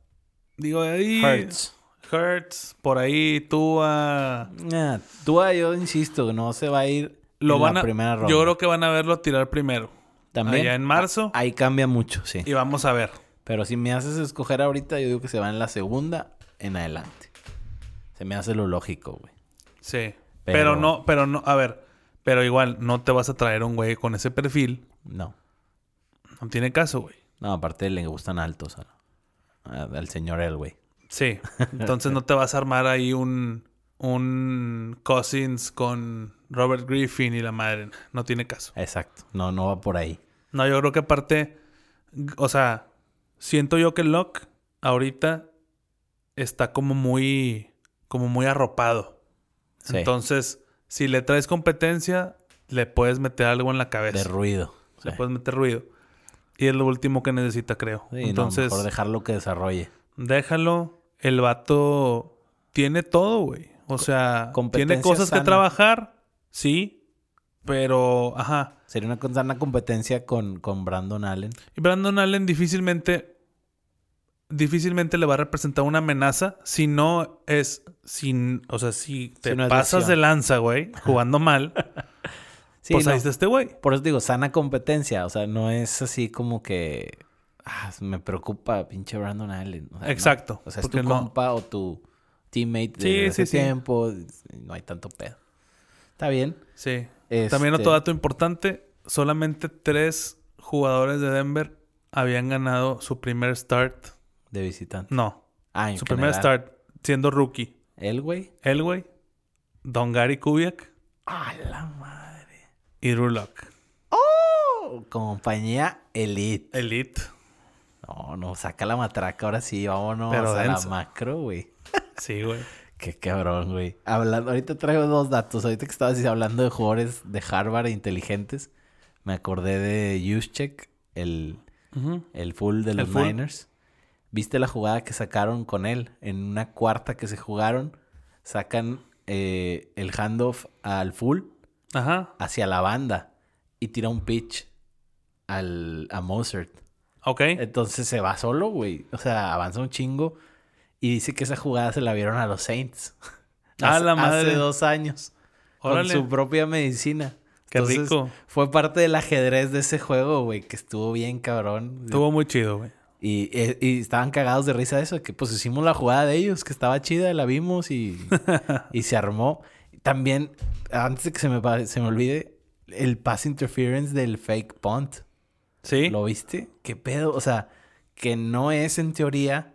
Speaker 1: Digo, ahí...
Speaker 2: Hurts.
Speaker 1: Hertz, por ahí, Tua.
Speaker 2: Ah, Tua, yo insisto, no se va a ir
Speaker 1: Lo
Speaker 2: en
Speaker 1: van
Speaker 2: la
Speaker 1: a,
Speaker 2: primera ronda.
Speaker 1: Yo creo que van a verlo tirar primero.
Speaker 2: También.
Speaker 1: Allá en marzo.
Speaker 2: Ahí cambia mucho, sí.
Speaker 1: Y vamos a ver.
Speaker 2: Pero si me haces escoger ahorita, yo digo que se va en la segunda en adelante. Se me hace lo lógico, güey.
Speaker 1: Sí. Pero,
Speaker 2: Pero-
Speaker 1: no, pero no, a ver. Pero igual, no te vas a traer un güey con ese perfil.
Speaker 2: No.
Speaker 1: No tiene caso, güey.
Speaker 2: No, aparte le gustan altos al, a- al señor Elway.
Speaker 1: Sí. <laughs> Entonces no te vas a armar ahí un, un Cousins con Robert Griffin y la madre. No tiene caso.
Speaker 2: Exacto. No, no va por ahí.
Speaker 1: No, yo creo que aparte, g- o sea, siento yo que Locke ahorita está como muy, como muy arropado.
Speaker 2: Sí.
Speaker 1: Entonces, si le traes competencia, le puedes meter algo en la
Speaker 2: De
Speaker 1: cabeza.
Speaker 2: ruido. Sí.
Speaker 1: le puedes meter ruido. Y es lo último que necesita, creo.
Speaker 2: Sí, no,
Speaker 1: Entonces,
Speaker 2: mejor dejarlo que desarrolle.
Speaker 1: déjalo. El vato tiene todo, güey. O sea, tiene
Speaker 2: competencia
Speaker 1: cosas que
Speaker 2: sana.
Speaker 1: trabajar, sí, pero, ajá.
Speaker 2: Sería una con- sana competencia con, con Brandon Allen.
Speaker 1: Y Brandon Allen difícilmente difícilmente le va a representar una amenaza si no es sin, o sea, si te
Speaker 2: no es
Speaker 1: pasas de
Speaker 2: lesión.
Speaker 1: lanza, güey, jugando mal,
Speaker 2: <laughs> Sí,
Speaker 1: pues
Speaker 2: no.
Speaker 1: ahí está este güey.
Speaker 2: Por eso digo, sana competencia. O sea, no es así como que... "Ah, me preocupa pinche Brandon Allen. O sea, no.
Speaker 1: Exacto,
Speaker 2: O sea, es
Speaker 1: porque
Speaker 2: tu
Speaker 1: no-
Speaker 2: compa o tu teammate de
Speaker 1: Sí,
Speaker 2: ese
Speaker 1: sí, sí.
Speaker 2: tiempo. No hay tanto pedo. Está bien.
Speaker 1: Sí.
Speaker 2: Este-
Speaker 1: También otro dato importante, solamente tres jugadores de Denver habían ganado su primer start.
Speaker 2: de visitante.
Speaker 1: No,
Speaker 2: Ah, en
Speaker 1: su primer
Speaker 2: general.
Speaker 1: start siendo rookie.
Speaker 2: El güey.
Speaker 1: Elway, Don Gary Kubiak
Speaker 2: A la madre.
Speaker 1: y Drew Lock.
Speaker 2: Compañía Elite.
Speaker 1: Elite.
Speaker 2: No, no, saca la matraca ahora sí, vámonos
Speaker 1: Pero
Speaker 2: a la
Speaker 1: denso.
Speaker 2: macro, güey.
Speaker 1: Sí, güey.
Speaker 2: Qué cabrón, güey. Hablando, ahorita traigo dos datos. Ahorita que estabas hablando de jugadores de Harvard e inteligentes, me acordé de Juszczyk, el, el full de
Speaker 1: El
Speaker 2: los
Speaker 1: full.
Speaker 2: Niners. ¿Viste la jugada que sacaron con él? En una cuarta que se jugaron, sacan eh, el handoff al full
Speaker 1: Ajá.
Speaker 2: hacia la banda y tira un pitch al, a Mozart.
Speaker 1: Ok.
Speaker 2: Entonces se va solo, güey. O sea, avanza un chingo. Y dice que esa jugada se la vieron a los Saints.
Speaker 1: A
Speaker 2: Hace-
Speaker 1: Ah, la madre.
Speaker 2: Hace dos años.
Speaker 1: Órale.
Speaker 2: Con su propia medicina.
Speaker 1: Qué rico.
Speaker 2: Fue parte del ajedrez de ese juego, güey, que estuvo bien cabrón.
Speaker 1: Estuvo muy chido, güey.
Speaker 2: Y, eh, y estaban cagados de risa de eso, que pues hicimos la jugada de ellos, que estaba chida, la vimos y,
Speaker 1: <laughs>
Speaker 2: y se armó. También, antes de que se me, pa- se me olvide, el pass interference del fake punt.
Speaker 1: Sí.
Speaker 2: ¿Lo viste? ¿Qué pedo? O sea, que no es en teoría.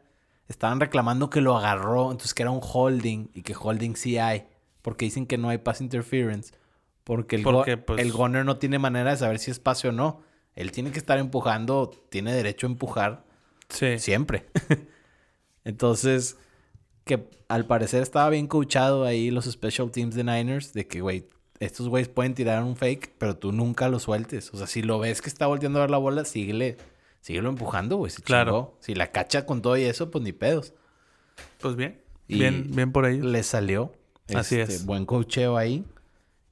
Speaker 2: Estaban reclamando que lo agarró, entonces que era un holding y que holding sí hay. Porque dicen que no hay pass interference. Porque el, go-
Speaker 1: Porque, pues-
Speaker 2: el goner no tiene manera de saber si es pase o no. Él tiene que estar empujando, tiene derecho a empujar
Speaker 1: Sí.
Speaker 2: siempre. <laughs> Entonces, que al parecer estaba bien coachado ahí los special teams de Niners de que, güey, estos güeyes pueden tirar un fake, pero tú nunca lo sueltes. O sea, si lo ves que está volteando a ver la bola, síguele, síguelo empujando, güey. se
Speaker 1: Claro.
Speaker 2: chingó. Si la cacha con todo y eso, pues ni pedos.
Speaker 1: Pues bien.
Speaker 2: Y-
Speaker 1: Bien, bien por ellos.
Speaker 2: Le salió.
Speaker 1: Así
Speaker 2: Este,
Speaker 1: es.
Speaker 2: Buen coacheo ahí.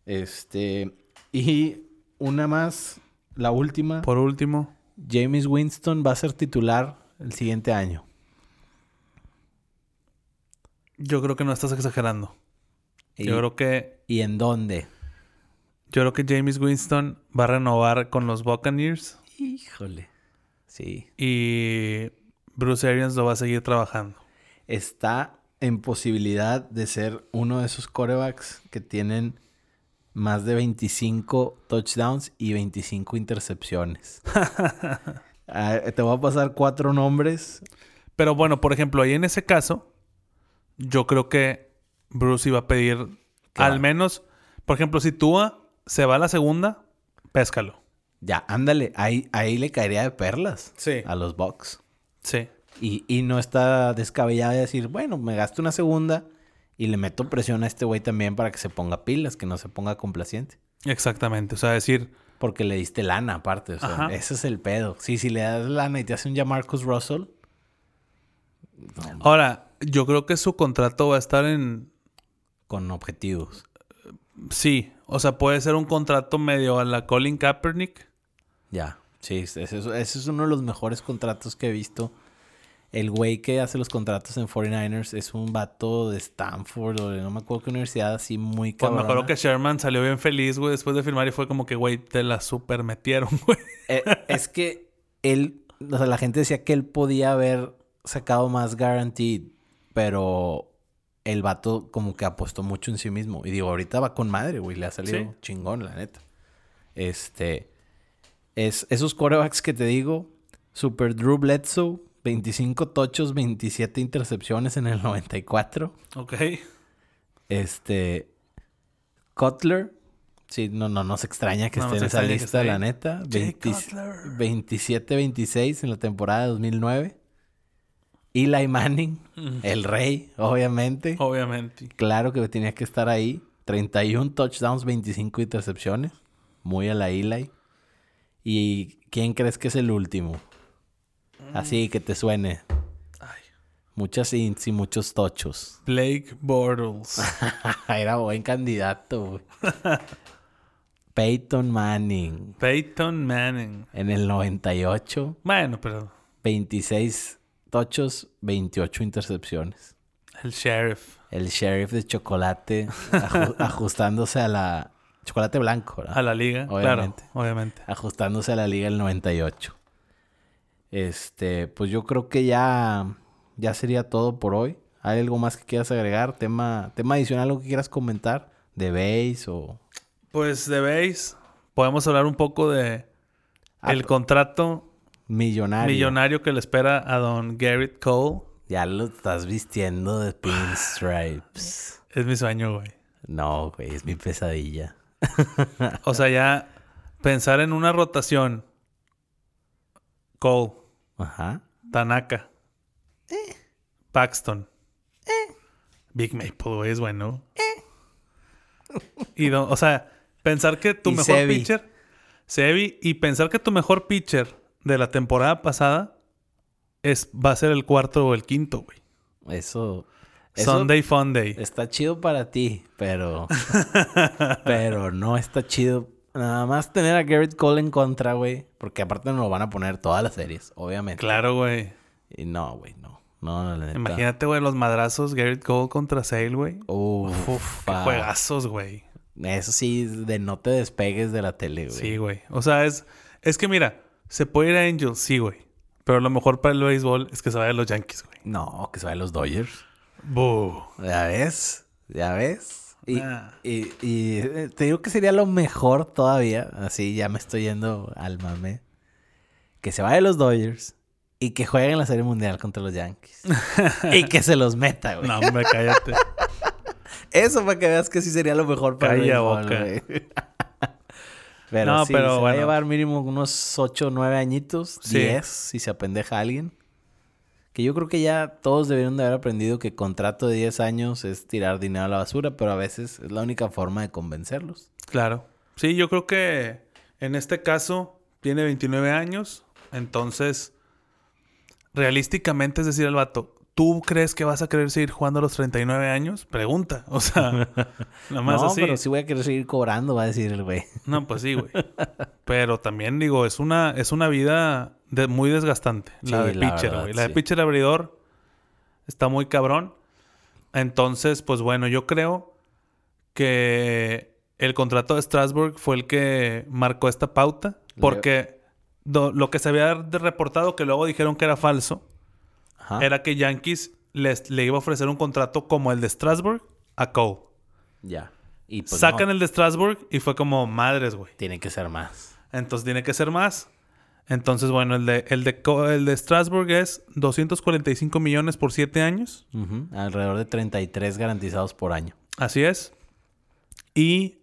Speaker 2: Este, y una más, la última.
Speaker 1: Por último,
Speaker 2: James Winston va a ser titular el siguiente año.
Speaker 1: yo creo que no estás exagerando.
Speaker 2: Y-
Speaker 1: Yo creo que
Speaker 2: ¿Y en dónde?
Speaker 1: yo creo que James Winston va a renovar con los Buccaneers
Speaker 2: Híjole. Sí.
Speaker 1: y Bruce Arians lo va a seguir trabajando.
Speaker 2: Está en posibilidad de ser uno de esos corebacks que tienen más de 25 touchdowns y 25 intercepciones. Ah, Te voy a pasar cuatro nombres.
Speaker 1: Pero bueno, por ejemplo, ahí en ese caso, yo creo que Bruce iba a pedir
Speaker 2: Claro.
Speaker 1: al menos, por ejemplo, si Tua se va a la segunda, péscalo.
Speaker 2: Ya, ándale. Ahí, ahí le caería de perlas
Speaker 1: Sí.
Speaker 2: a los Bucks.
Speaker 1: Sí.
Speaker 2: Y, y no está descabellado de decir, bueno, me gasto una segunda y le meto presión a este güey también para que se ponga pilas, que no se ponga complaciente.
Speaker 1: Exactamente. O sea, decir,
Speaker 2: Porque le diste lana aparte, o sea,
Speaker 1: Ajá.
Speaker 2: ese es el pedo. Sí, si le das lana y te hace un Jamarcus Russell. no,
Speaker 1: ahora, yo creo que su contrato va a estar en
Speaker 2: con objetivos.
Speaker 1: Sí, o sea, puede ser un contrato medio a la Colin Kaepernick.
Speaker 2: Ya. Sí, ese es, ese es uno de los mejores contratos que he visto. El güey que hace los contratos en 49ers es un vato de Stanford o de no me acuerdo qué universidad así muy
Speaker 1: Pues me
Speaker 2: cabrona.
Speaker 1: acuerdo que Sherman salió bien feliz, güey, después de firmar y fue como que, güey, te la super metieron, <laughs> güey.
Speaker 2: Eh, es que él, o sea, la gente decía que él podía haber sacado más guaranteed, pero el vato como que apostó mucho en sí mismo. Y digo, ahorita va con madre, güey, le ha salido
Speaker 1: Sí.
Speaker 2: chingón, la neta. Este, es esos quarterbacks que te digo, Super Drew Bledsoe, 25 tochos, 27 intercepciones en el 94.
Speaker 1: Ok.
Speaker 2: Este. Cutler. Sí, no, no nos extraña que
Speaker 1: No
Speaker 2: esté
Speaker 1: nos
Speaker 2: en esa
Speaker 1: extraña que esté
Speaker 2: lista,
Speaker 1: ahí.
Speaker 2: la neta.
Speaker 1: Jay
Speaker 2: 20
Speaker 1: Cutler.
Speaker 2: 27-26 en la temporada de 2009. Eli Manning, el rey, obviamente.
Speaker 1: Oh. Obviamente.
Speaker 2: Claro que tenía que estar ahí. 31 touchdowns, 25 intercepciones. Muy a la Eli. ¿Y quién crees que es el último? Así que te suene.
Speaker 1: Ay.
Speaker 2: Muchas ints y muchos tochos. <laughs>
Speaker 1: Blake Bortles.
Speaker 2: Era buen candidato, güey. Peyton Manning.
Speaker 1: Peyton Manning.
Speaker 2: En el 98,
Speaker 1: Bueno, pero
Speaker 2: 26 tochos, 28 intercepciones.
Speaker 1: el sheriff.
Speaker 2: El sheriff de chocolate aju- ajustándose a la... Chocolate blanco, ¿verdad?
Speaker 1: A la liga.
Speaker 2: Obviamente.
Speaker 1: Claro, obviamente.
Speaker 2: Ajustándose a la liga del 98. Este, pues yo creo que ya, ya sería todo por hoy. ¿Hay algo más que quieras agregar? ¿Tema, tema adicional, algo que quieras comentar? ¿De base o...?
Speaker 1: Pues de base, podemos hablar un poco de
Speaker 2: Ah,
Speaker 1: el
Speaker 2: p-
Speaker 1: contrato
Speaker 2: Millonario.
Speaker 1: millonario que le espera a don Garrett Cole.
Speaker 2: Ya lo estás vistiendo
Speaker 1: <laughs>
Speaker 2: de pinstripes.
Speaker 1: Es mi sueño, güey.
Speaker 2: No, güey, es mi pesadilla.
Speaker 1: O sea, ya pensar en una rotación. Cole,
Speaker 2: Ajá.
Speaker 1: Tanaka, Paxton, Big Maple, güey, es bueno. Y don- o sea, pensar que tu
Speaker 2: Y
Speaker 1: mejor
Speaker 2: Sebi.
Speaker 1: pitcher, Sebi, y pensar que tu mejor pitcher de la temporada pasada es, va a ser el cuarto o el quinto, güey.
Speaker 2: Eso. eso
Speaker 1: Sunday Fun Day.
Speaker 2: Está chido para ti,
Speaker 1: <laughs>
Speaker 2: pero. pero no está chido. Nada más tener a Garrett Cole en contra, güey. Porque aparte nos lo van a poner todas las series, obviamente.
Speaker 1: Claro, güey.
Speaker 2: Y no, güey, no. No, no, la neta.
Speaker 1: Imagínate, güey, los madrazos Garrett Cole contra Sale, güey.
Speaker 2: Uf,
Speaker 1: Uf, qué
Speaker 2: pa.
Speaker 1: juegazos, güey.
Speaker 2: Eso sí, de no te despegues de la tele, güey.
Speaker 1: Sí, güey. O sea, es, es que mira, se puede ir a Angels, sí, güey. Pero lo mejor para el béisbol es que se vaya a los Yankees, güey.
Speaker 2: No, que se vayan los Dodgers.
Speaker 1: Boo.
Speaker 2: ¿Ya ves? ¿Ya ves? Y,
Speaker 1: Nah.
Speaker 2: y- y, eh, te digo que sería lo mejor todavía. Así ya me estoy yendo al mame. Que se vaya los Dodgers y que jueguen la Serie Mundial contra
Speaker 1: <laughs>
Speaker 2: los Yankees. y que se los meta, güey.
Speaker 1: No, hombre, cállate.
Speaker 2: Eso para que veas que sí sería lo mejor para el
Speaker 1: Calla
Speaker 2: béisbol,
Speaker 1: boca. <laughs>
Speaker 2: güey. Pero
Speaker 1: No,
Speaker 2: sí,
Speaker 1: pero
Speaker 2: se va a
Speaker 1: bueno.
Speaker 2: llevar mínimo unos 8 o 9 añitos,
Speaker 1: Sí.
Speaker 2: 10, si se apendeja alguien. Que yo creo que ya todos debieron de haber aprendido que contrato de 10 años es tirar dinero a la basura, pero a veces es la única forma de convencerlos.
Speaker 1: Claro. Sí, yo creo que en este caso tiene 29 años. Entonces, realísticamente es decir al vato, ¿tú crees que vas a querer seguir jugando a los 39 años? Pregunta. O sea,
Speaker 2: <laughs>
Speaker 1: nada más
Speaker 2: no,
Speaker 1: así.
Speaker 2: pero sí voy a querer seguir cobrando, va a decir el güey.
Speaker 1: No, pues sí, güey. Pero también digo, es una, es una vida de- muy desgastante. La
Speaker 2: Sí,
Speaker 1: de
Speaker 2: la
Speaker 1: pitcher,
Speaker 2: verdad,
Speaker 1: güey. La de
Speaker 2: sí.
Speaker 1: pitcher abridor está muy cabrón. Entonces, pues bueno, yo creo que el contrato de Strasbourg fue el que marcó esta pauta. Porque do- lo que se había de- reportado, que luego dijeron que era falso,
Speaker 2: Ajá.
Speaker 1: era que Yankees les, le iba a ofrecer un contrato como el de Strasbourg a Cole.
Speaker 2: Ya. Y pues
Speaker 1: Sacan
Speaker 2: no,
Speaker 1: el de Strasbourg y fue como madres, güey.
Speaker 2: tiene que ser más.
Speaker 1: Entonces tiene que ser más. Entonces, bueno, el de, el de, Co- el de Strasbourg es 245 millones por 7 años.
Speaker 2: Ujú. Alrededor de 33 garantizados por año.
Speaker 1: Así es. Y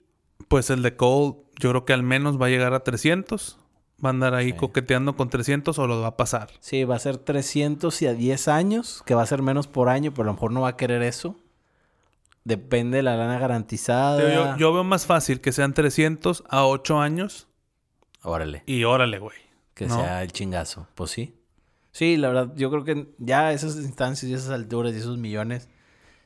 Speaker 1: pues el de Cole, yo creo que al menos va a llegar a 300. Va a andar ahí
Speaker 2: Sí.
Speaker 1: coqueteando con 300 o lo va a pasar.
Speaker 2: Sí, va a ser 300 y a 10 años, que va a ser menos por año, pero a lo mejor no va a querer eso. Depende de la lana
Speaker 1: Pero
Speaker 2: garantizada.
Speaker 1: Yo, yo veo más fácil que sean 300 a 8 años
Speaker 2: Órale,
Speaker 1: y órale, güey.
Speaker 2: que
Speaker 1: No.
Speaker 2: sea el chingazo. Pues sí. Sí, la verdad, yo creo que ya esas instancias y esas alturas y esos millones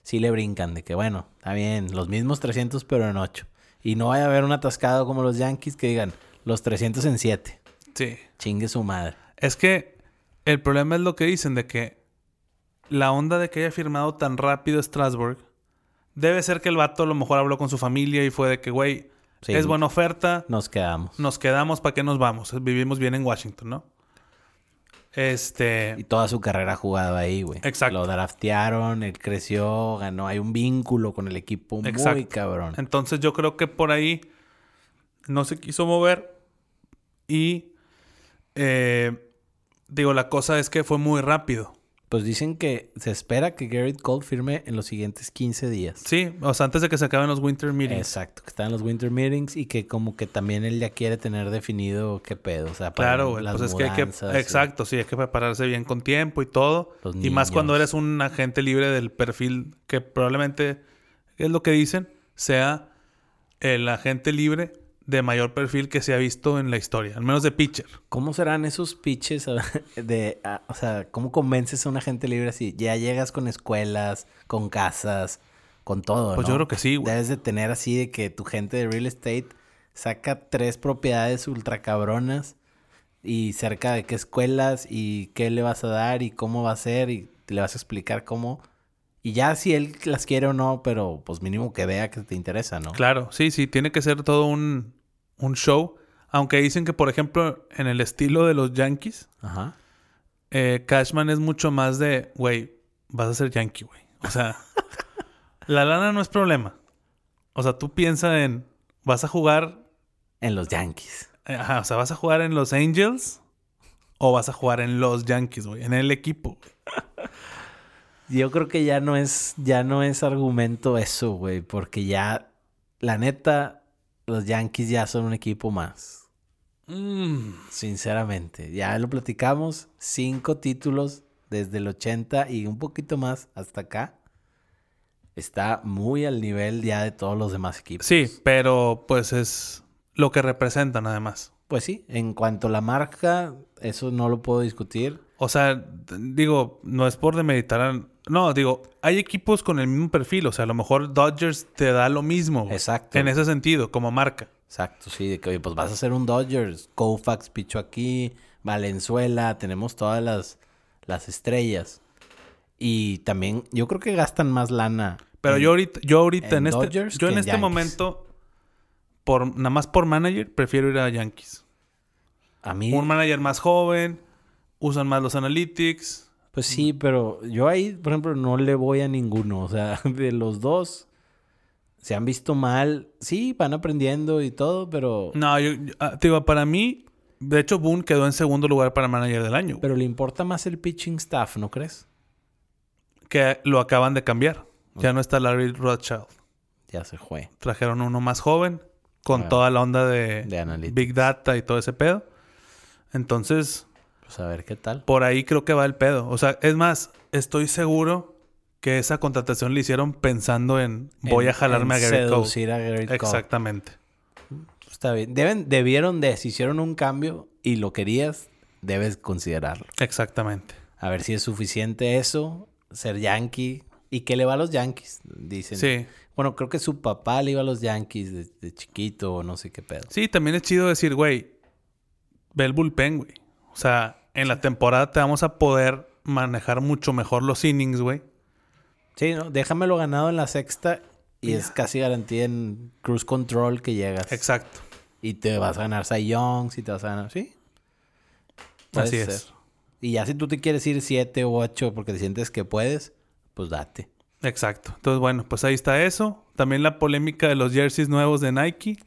Speaker 2: sí le brincan de que, bueno, está bien, los mismos 300 pero en 8. Y no vaya a haber un atascado como los Yankees que digan, los 300 en 7.
Speaker 1: Sí.
Speaker 2: Chingue su madre.
Speaker 1: Es que el problema es lo que dicen de que la onda de que haya firmado tan rápido Strasbourg debe ser que el vato a lo mejor habló con su familia y fue de que, güey,
Speaker 2: Sí.
Speaker 1: es buena oferta,
Speaker 2: Nos quedamos.
Speaker 1: nos quedamos, ¿para qué nos vamos? Vivimos bien en Washington, ¿no?
Speaker 2: Y
Speaker 1: Este,
Speaker 2: toda su carrera ha jugado ahí, güey.
Speaker 1: Exacto.
Speaker 2: Lo draftearon, él creció, ganó. Hay un vínculo con el equipo muy
Speaker 1: Exacto.
Speaker 2: cabrón.
Speaker 1: entonces yo creo que por ahí no se quiso mover y eh, digo, la cosa es que fue muy rápido.
Speaker 2: Pues dicen que se espera que Garrett Cole firme en los siguientes 15 días.
Speaker 1: Sí, o sea, antes de que se acaben los winter meetings.
Speaker 2: Exacto, que están los Winter Meetings y que como que también él ya quiere tener definido qué pedo. O sea, para
Speaker 1: Claro, güey.
Speaker 2: las
Speaker 1: Pues es que hay que.
Speaker 2: mudanzas y-
Speaker 1: Exacto, sí, hay que prepararse bien con tiempo y todo.
Speaker 2: Los
Speaker 1: y más cuando
Speaker 2: niños.
Speaker 1: eres un agente libre del perfil que probablemente es lo que dicen, sea el agente libre de mayor perfil que se ha visto en la historia, al menos de pitcher.
Speaker 2: ¿Cómo serán esos pitches a- <laughs> de, a- o sea, cómo convences a una gente libre así? Ya llegas con escuelas, con casas, con todo,
Speaker 1: Pues
Speaker 2: ¿no?
Speaker 1: yo creo que sí, güey.
Speaker 2: Debes de tener así de que tu gente de real estate saca tres propiedades ultra cabronas y cerca de qué escuelas y qué le vas a dar y cómo va a ser y le vas a explicar cómo. Y ya si él las quiere o no, pero pues mínimo que vea que te interesa, ¿no?
Speaker 1: Claro, sí, sí, tiene que ser todo un, un show. Aunque dicen que, por ejemplo, en el estilo de los Yankees,
Speaker 2: Ajá.
Speaker 1: eh, Cashman es mucho más de, güey, vas a ser yankee, güey. O sea, la lana no es problema. O sea, tú piensa en, vas a jugar,
Speaker 2: En los Yankees.
Speaker 1: eh, ajá, o sea, vas a jugar en los Angels o vas a jugar en los Yankees, güey, en el equipo. güey.
Speaker 2: Yo creo que ya no es, ya no es argumento eso, güey, porque ya, la neta, los Yankees ya son un equipo más, Mm. sinceramente. Ya lo platicamos, cinco títulos desde el 80 y un poquito más hasta acá. Está muy al nivel ya de todos los demás equipos.
Speaker 1: Sí, pero pues es lo que representan además.
Speaker 2: Pues sí, en cuanto a la marca, eso no lo puedo discutir.
Speaker 1: O sea, d- digo, no es por demeritar. a- No, digo, hay equipos con el mismo perfil. O sea, a lo mejor Dodgers te da lo mismo. güey,
Speaker 2: Exacto.
Speaker 1: En ese sentido, como marca.
Speaker 2: Exacto, sí, de que oye, pues vas a ser un Dodgers, Koufax pichó aquí, Valenzuela, tenemos todas las, las estrellas. Y también, yo creo que gastan más lana.
Speaker 1: Pero
Speaker 2: en-
Speaker 1: yo ahorita, yo ahorita en,
Speaker 2: en
Speaker 1: este,
Speaker 2: Dodgers
Speaker 1: yo
Speaker 2: que
Speaker 1: en
Speaker 2: en
Speaker 1: este
Speaker 2: Yankees.
Speaker 1: momento, por, nada más por manager, prefiero ir a Yankees.
Speaker 2: a mí,
Speaker 1: Un manager más joven, usan más los analytics.
Speaker 2: pues sí, pero yo ahí, por ejemplo, no le voy a ninguno. O sea, <laughs> de los dos se han visto mal. Sí, van aprendiendo y todo, pero,
Speaker 1: No, yo, yo- ah, te digo, para mí, de hecho, Boone quedó en segundo lugar para manager del año. güey,
Speaker 2: pero le importa más el pitching staff, ¿no crees?
Speaker 1: que lo acaban de cambiar. Ya no está Larry Rothschild.
Speaker 2: Ya se fue.
Speaker 1: Trajeron uno más joven, con
Speaker 2: Ah,
Speaker 1: toda la onda de,
Speaker 2: de analytics.
Speaker 1: Big Data y todo ese pedo. Entonces,
Speaker 2: Pues a ver qué tal.
Speaker 1: por ahí creo que va el pedo. O sea, es más, estoy seguro que esa contratación le hicieron pensando en voy
Speaker 2: En-
Speaker 1: a jalarme
Speaker 2: en
Speaker 1: a Gary Cole.
Speaker 2: Seducir a Garrett Cole.
Speaker 1: Exactamente.
Speaker 2: Está bien. Deben, debieron de, si hicieron un cambio y lo querías, debes considerarlo.
Speaker 1: Exactamente.
Speaker 2: A ver si es suficiente eso, ser yankee. ¿Y qué le va a los yankees? Dicen.
Speaker 1: Sí.
Speaker 2: Bueno, creo que su papá le iba a los yankees de, de chiquito o no sé qué pedo.
Speaker 1: Sí, también es chido decir, güey, ve el bullpen, güey. O sea, en la temporada te vamos a poder manejar mucho mejor los innings, güey.
Speaker 2: Sí, ¿no? Déjamelo ganado en la sexta y es casi garantía en cruise control que llegas.
Speaker 1: Exacto.
Speaker 2: Y te vas a ganar Cy Young, si te vas a ganar... Sí. Puede
Speaker 1: Así es.
Speaker 2: ser. Y ya si tú te quieres ir siete u ocho porque te sientes que puedes, pues date.
Speaker 1: Exacto. Entonces, bueno, pues ahí está eso. También la polémica de los jerseys nuevos de Nike.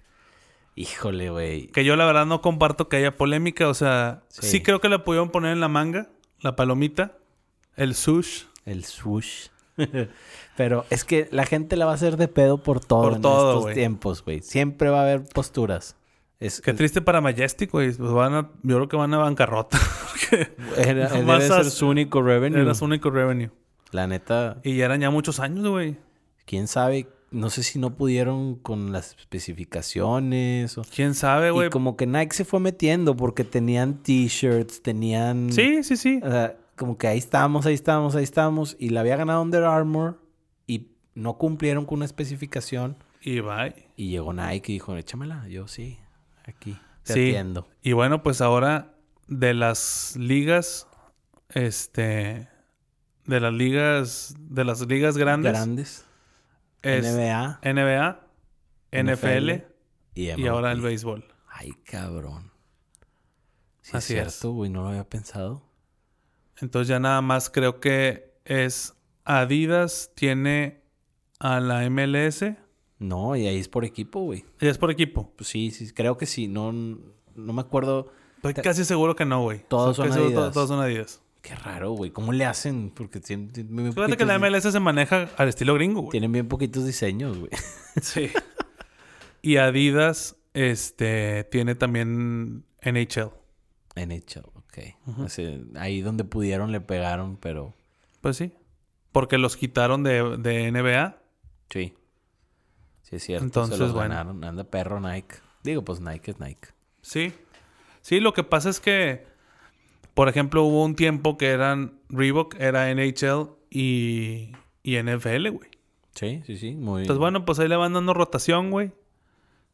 Speaker 2: Híjole, güey.
Speaker 1: Que yo la verdad no comparto que haya polémica. O sea, sí,
Speaker 2: Sí.
Speaker 1: creo que la pudieron poner en la manga, la palomita, el sush,
Speaker 2: El swoosh. <laughs> Pero es que la gente la va a hacer de pedo por todo
Speaker 1: Por
Speaker 2: en
Speaker 1: todo,
Speaker 2: estos
Speaker 1: güey.
Speaker 2: tiempos, güey. Siempre va a haber posturas. Es,
Speaker 1: Qué
Speaker 2: es-
Speaker 1: triste para Majestic, güey. Pues van a- yo creo que van a bancarrota. <laughs> porque <laughs>
Speaker 2: era-
Speaker 1: Nomás
Speaker 2: debe
Speaker 1: as-
Speaker 2: ser su único revenue.
Speaker 1: era su único revenue.
Speaker 2: La neta,
Speaker 1: Y ya eran ya muchos años, güey.
Speaker 2: quién sabe. No sé si no pudieron con las especificaciones o...
Speaker 1: ¿Quién sabe,
Speaker 2: Y
Speaker 1: Eh, güey?
Speaker 2: como que Nike se fue metiendo porque tenían t-shirts, tenían...
Speaker 1: Sí, sí, sí.
Speaker 2: O sea, como que ahí estábamos, ahí estábamos, ahí estábamos. Y la había ganado Under Armour y no cumplieron con una especificación.
Speaker 1: Y bye.
Speaker 2: Y llegó Nike y dijo, échamela. Yo sí, aquí. Te
Speaker 1: Sí.
Speaker 2: atiendo.
Speaker 1: Y bueno, pues ahora de las ligas, este, de las ligas, de las ligas grandes,
Speaker 2: Grandes.
Speaker 1: es
Speaker 2: NBA
Speaker 1: NBA, NFL,
Speaker 2: NFL, y,
Speaker 1: y ahora el
Speaker 2: MLB.
Speaker 1: béisbol.
Speaker 2: Ay, cabrón. Sí,
Speaker 1: Así es.
Speaker 2: es cierto, güey. No lo había pensado.
Speaker 1: Entonces ya nada más creo que es Adidas tiene a la MLS. Ya
Speaker 2: No, y ahí es por equipo, güey.
Speaker 1: es por equipo.
Speaker 2: Pues sí, sí. Creo que sí. No, no me acuerdo.
Speaker 1: Estoy
Speaker 2: Te-
Speaker 1: casi seguro que no, güey.
Speaker 2: Todos
Speaker 1: Estoy
Speaker 2: son
Speaker 1: casi seguro to-
Speaker 2: Adidas.
Speaker 1: Todos son Adidas.
Speaker 2: Qué raro, güey. ¿Cómo le hacen? Porque tienen, tienen bien
Speaker 1: Fíjate que
Speaker 2: poquitos
Speaker 1: la
Speaker 2: di-
Speaker 1: MLS se maneja al estilo gringo, güey.
Speaker 2: tienen bien poquitos diseños, güey.
Speaker 1: <laughs> Sí. y Adidas este, tiene también NHL.
Speaker 2: NHL, ok. O sea, ahí donde pudieron le pegaron, pero...
Speaker 1: Pues sí. Porque los quitaron de, de NBA.
Speaker 2: Sí. Sí, es cierto.
Speaker 1: Entonces,
Speaker 2: se los
Speaker 1: bueno.
Speaker 2: ganaron. Anda perro Nike. Digo, pues Nike es Nike.
Speaker 1: Sí. Sí, lo que pasa es que, por ejemplo, hubo un tiempo que eran Reebok, era NHL y, y NFL, güey.
Speaker 2: Sí, sí, sí. Muy...
Speaker 1: Entonces, bueno, pues ahí le van dando rotación, güey.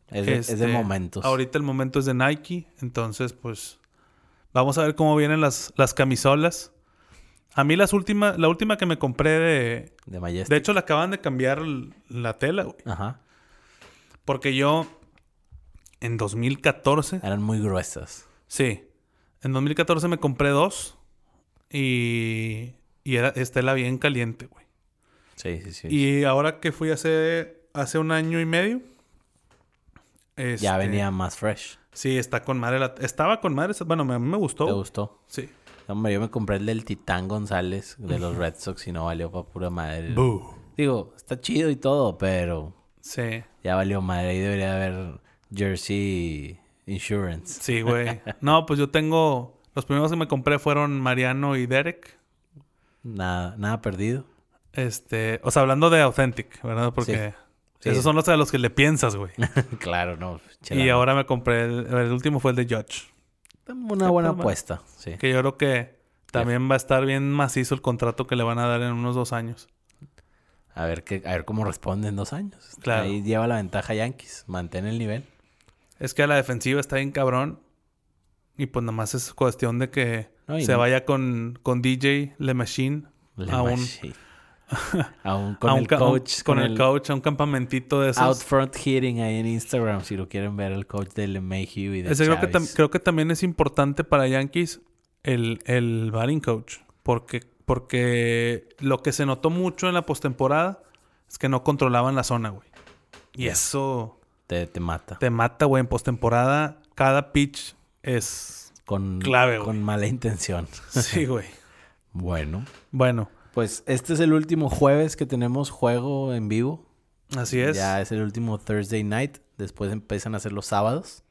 Speaker 2: es, de, es de
Speaker 1: Este,
Speaker 2: momentos.
Speaker 1: Ahorita el momento es de Nike. Entonces, pues. Vamos a ver cómo vienen las, las camisolas. A mí las últimas, la última que me compré de.
Speaker 2: De Majestic.
Speaker 1: De hecho, la acaban de cambiar l- la tela, güey.
Speaker 2: Ajá.
Speaker 1: Porque yo. En 2014.
Speaker 2: Eran muy gruesas.
Speaker 1: Sí. En 2014 me compré dos. Y. Y era es tela bien caliente, güey.
Speaker 2: Sí, sí, sí.
Speaker 1: Y ahora que fui hace, hace un año y medio,
Speaker 2: Ya
Speaker 1: Este,
Speaker 2: venía más fresh.
Speaker 1: Sí, está con madre. la- Estaba con madre. esa- Bueno, a mí me gustó.
Speaker 2: ¿Te gustó?
Speaker 1: Sí.
Speaker 2: Hombre, yo me compré el del Titán González de los Red Sox y no valió para pura madre.
Speaker 1: Boo.
Speaker 2: Digo, está chido y todo, pero
Speaker 1: Sí.
Speaker 2: ya valió madre. Ahí debería haber Jersey Insurance.
Speaker 1: Sí,
Speaker 2: <laughs>
Speaker 1: güey. No, pues yo tengo. Los primeros que me compré fueron Mariano y Derek.
Speaker 2: Nada, nada perdido. <laughs>
Speaker 1: Este. O sea, hablando de Authentic, ¿verdad? Porque
Speaker 2: Sí.
Speaker 1: esos son los a los que le piensas, güey.
Speaker 2: claro, no. chela,
Speaker 1: Y
Speaker 2: no.
Speaker 1: ahora me compré. El, el último fue el de Judge.
Speaker 2: Una buena
Speaker 1: Toma.
Speaker 2: apuesta, sí.
Speaker 1: Que yo creo que también va a estar bien macizo el contrato que le van a dar en unos dos años.
Speaker 2: A ver, qué, a ver cómo responde en dos años.
Speaker 1: Claro.
Speaker 2: Ahí lleva la ventaja Yankees. Mantén el nivel.
Speaker 1: Es que a la defensiva está bien cabrón. Y pues nada más es cuestión de que
Speaker 2: No, y
Speaker 1: se
Speaker 2: no-
Speaker 1: vaya con, con DJ Le Machine
Speaker 2: Le
Speaker 1: Aún. <laughs>
Speaker 2: machi- aún con
Speaker 1: a un
Speaker 2: el
Speaker 1: ca- a un-
Speaker 2: coach.
Speaker 1: con, el, coach a un campamentito de esos.
Speaker 2: Out front hitting ahí en Instagram si lo quieren ver el coach de LeMahieu y de
Speaker 1: Ese creo, que tam-
Speaker 2: Chavis.
Speaker 1: creo que también es importante para Yankees el, el batting coach. Porque, porque lo que se notó mucho en la postemporada es que no controlaban la zona, güey. Y eso
Speaker 2: te, te mata.
Speaker 1: te mata, güey. En postemporada, cada pitch es.
Speaker 2: <laughs> con,
Speaker 1: clave,
Speaker 2: con mala intención. <laughs>
Speaker 1: Sí, güey.
Speaker 2: Bueno,
Speaker 1: Bueno,
Speaker 2: pues este es el último jueves que tenemos juego en vivo.
Speaker 1: así es.
Speaker 2: Ya es el último Thursday night. Después empiezan a ser los sábados.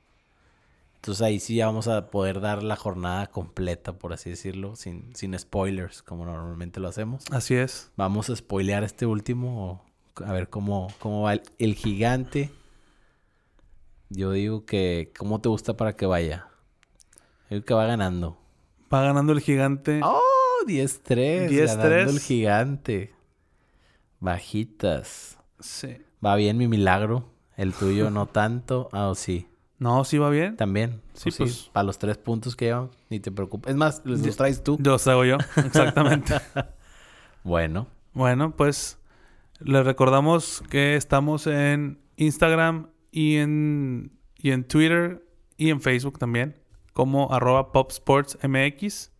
Speaker 2: Entonces ahí sí ya vamos a poder dar la jornada completa, por así decirlo, sin, sin spoilers, como normalmente lo hacemos.
Speaker 1: Así es.
Speaker 2: Vamos a spoilear este último. A ver cómo, cómo va el, el gigante. Yo digo que. ¿Cómo te gusta para que vaya? Yo digo que va ganando.
Speaker 1: Va ganando el gigante.
Speaker 2: ¡Oh! 10-3.
Speaker 1: 10-3.
Speaker 2: ganando el gigante. Bajitas.
Speaker 1: Sí.
Speaker 2: Va bien mi milagro. El tuyo
Speaker 1: <laughs>
Speaker 2: no tanto. Ah, o sí.
Speaker 1: No, sí va bien.
Speaker 2: También. O
Speaker 1: Sí, pues.
Speaker 2: Para los tres puntos que llevan, ni te preocupes. Es más, los los traes tú.
Speaker 1: Los hago
Speaker 2: <laughs>
Speaker 1: yo, exactamente.
Speaker 2: Bueno,
Speaker 1: bueno, pues les recordamos que estamos en Instagram y en, y en Twitter y en Facebook también, como arroba popsportsmx.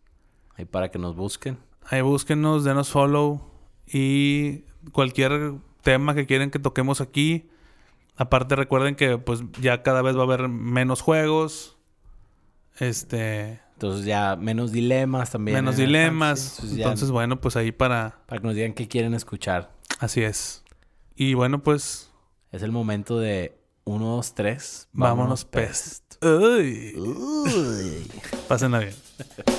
Speaker 2: ahí para que nos busquen.
Speaker 1: Ahí búsquenos, denos follow y cualquier tema que quieren que toquemos aquí. Aparte recuerden que pues ya cada vez va a haber menos juegos. Este,
Speaker 2: Entonces ya menos dilemas también.
Speaker 1: menos
Speaker 2: en el fantasy.
Speaker 1: dilemas.
Speaker 2: Entonces, ya-
Speaker 1: Entonces, bueno, pues ahí para.
Speaker 2: para que nos digan qué quieren escuchar.
Speaker 1: Así es. Y bueno, pues.
Speaker 2: Es el momento de 1, 2, 3.
Speaker 1: Vámonos, pest. Uy.
Speaker 2: Uy.
Speaker 1: Pásenla bien.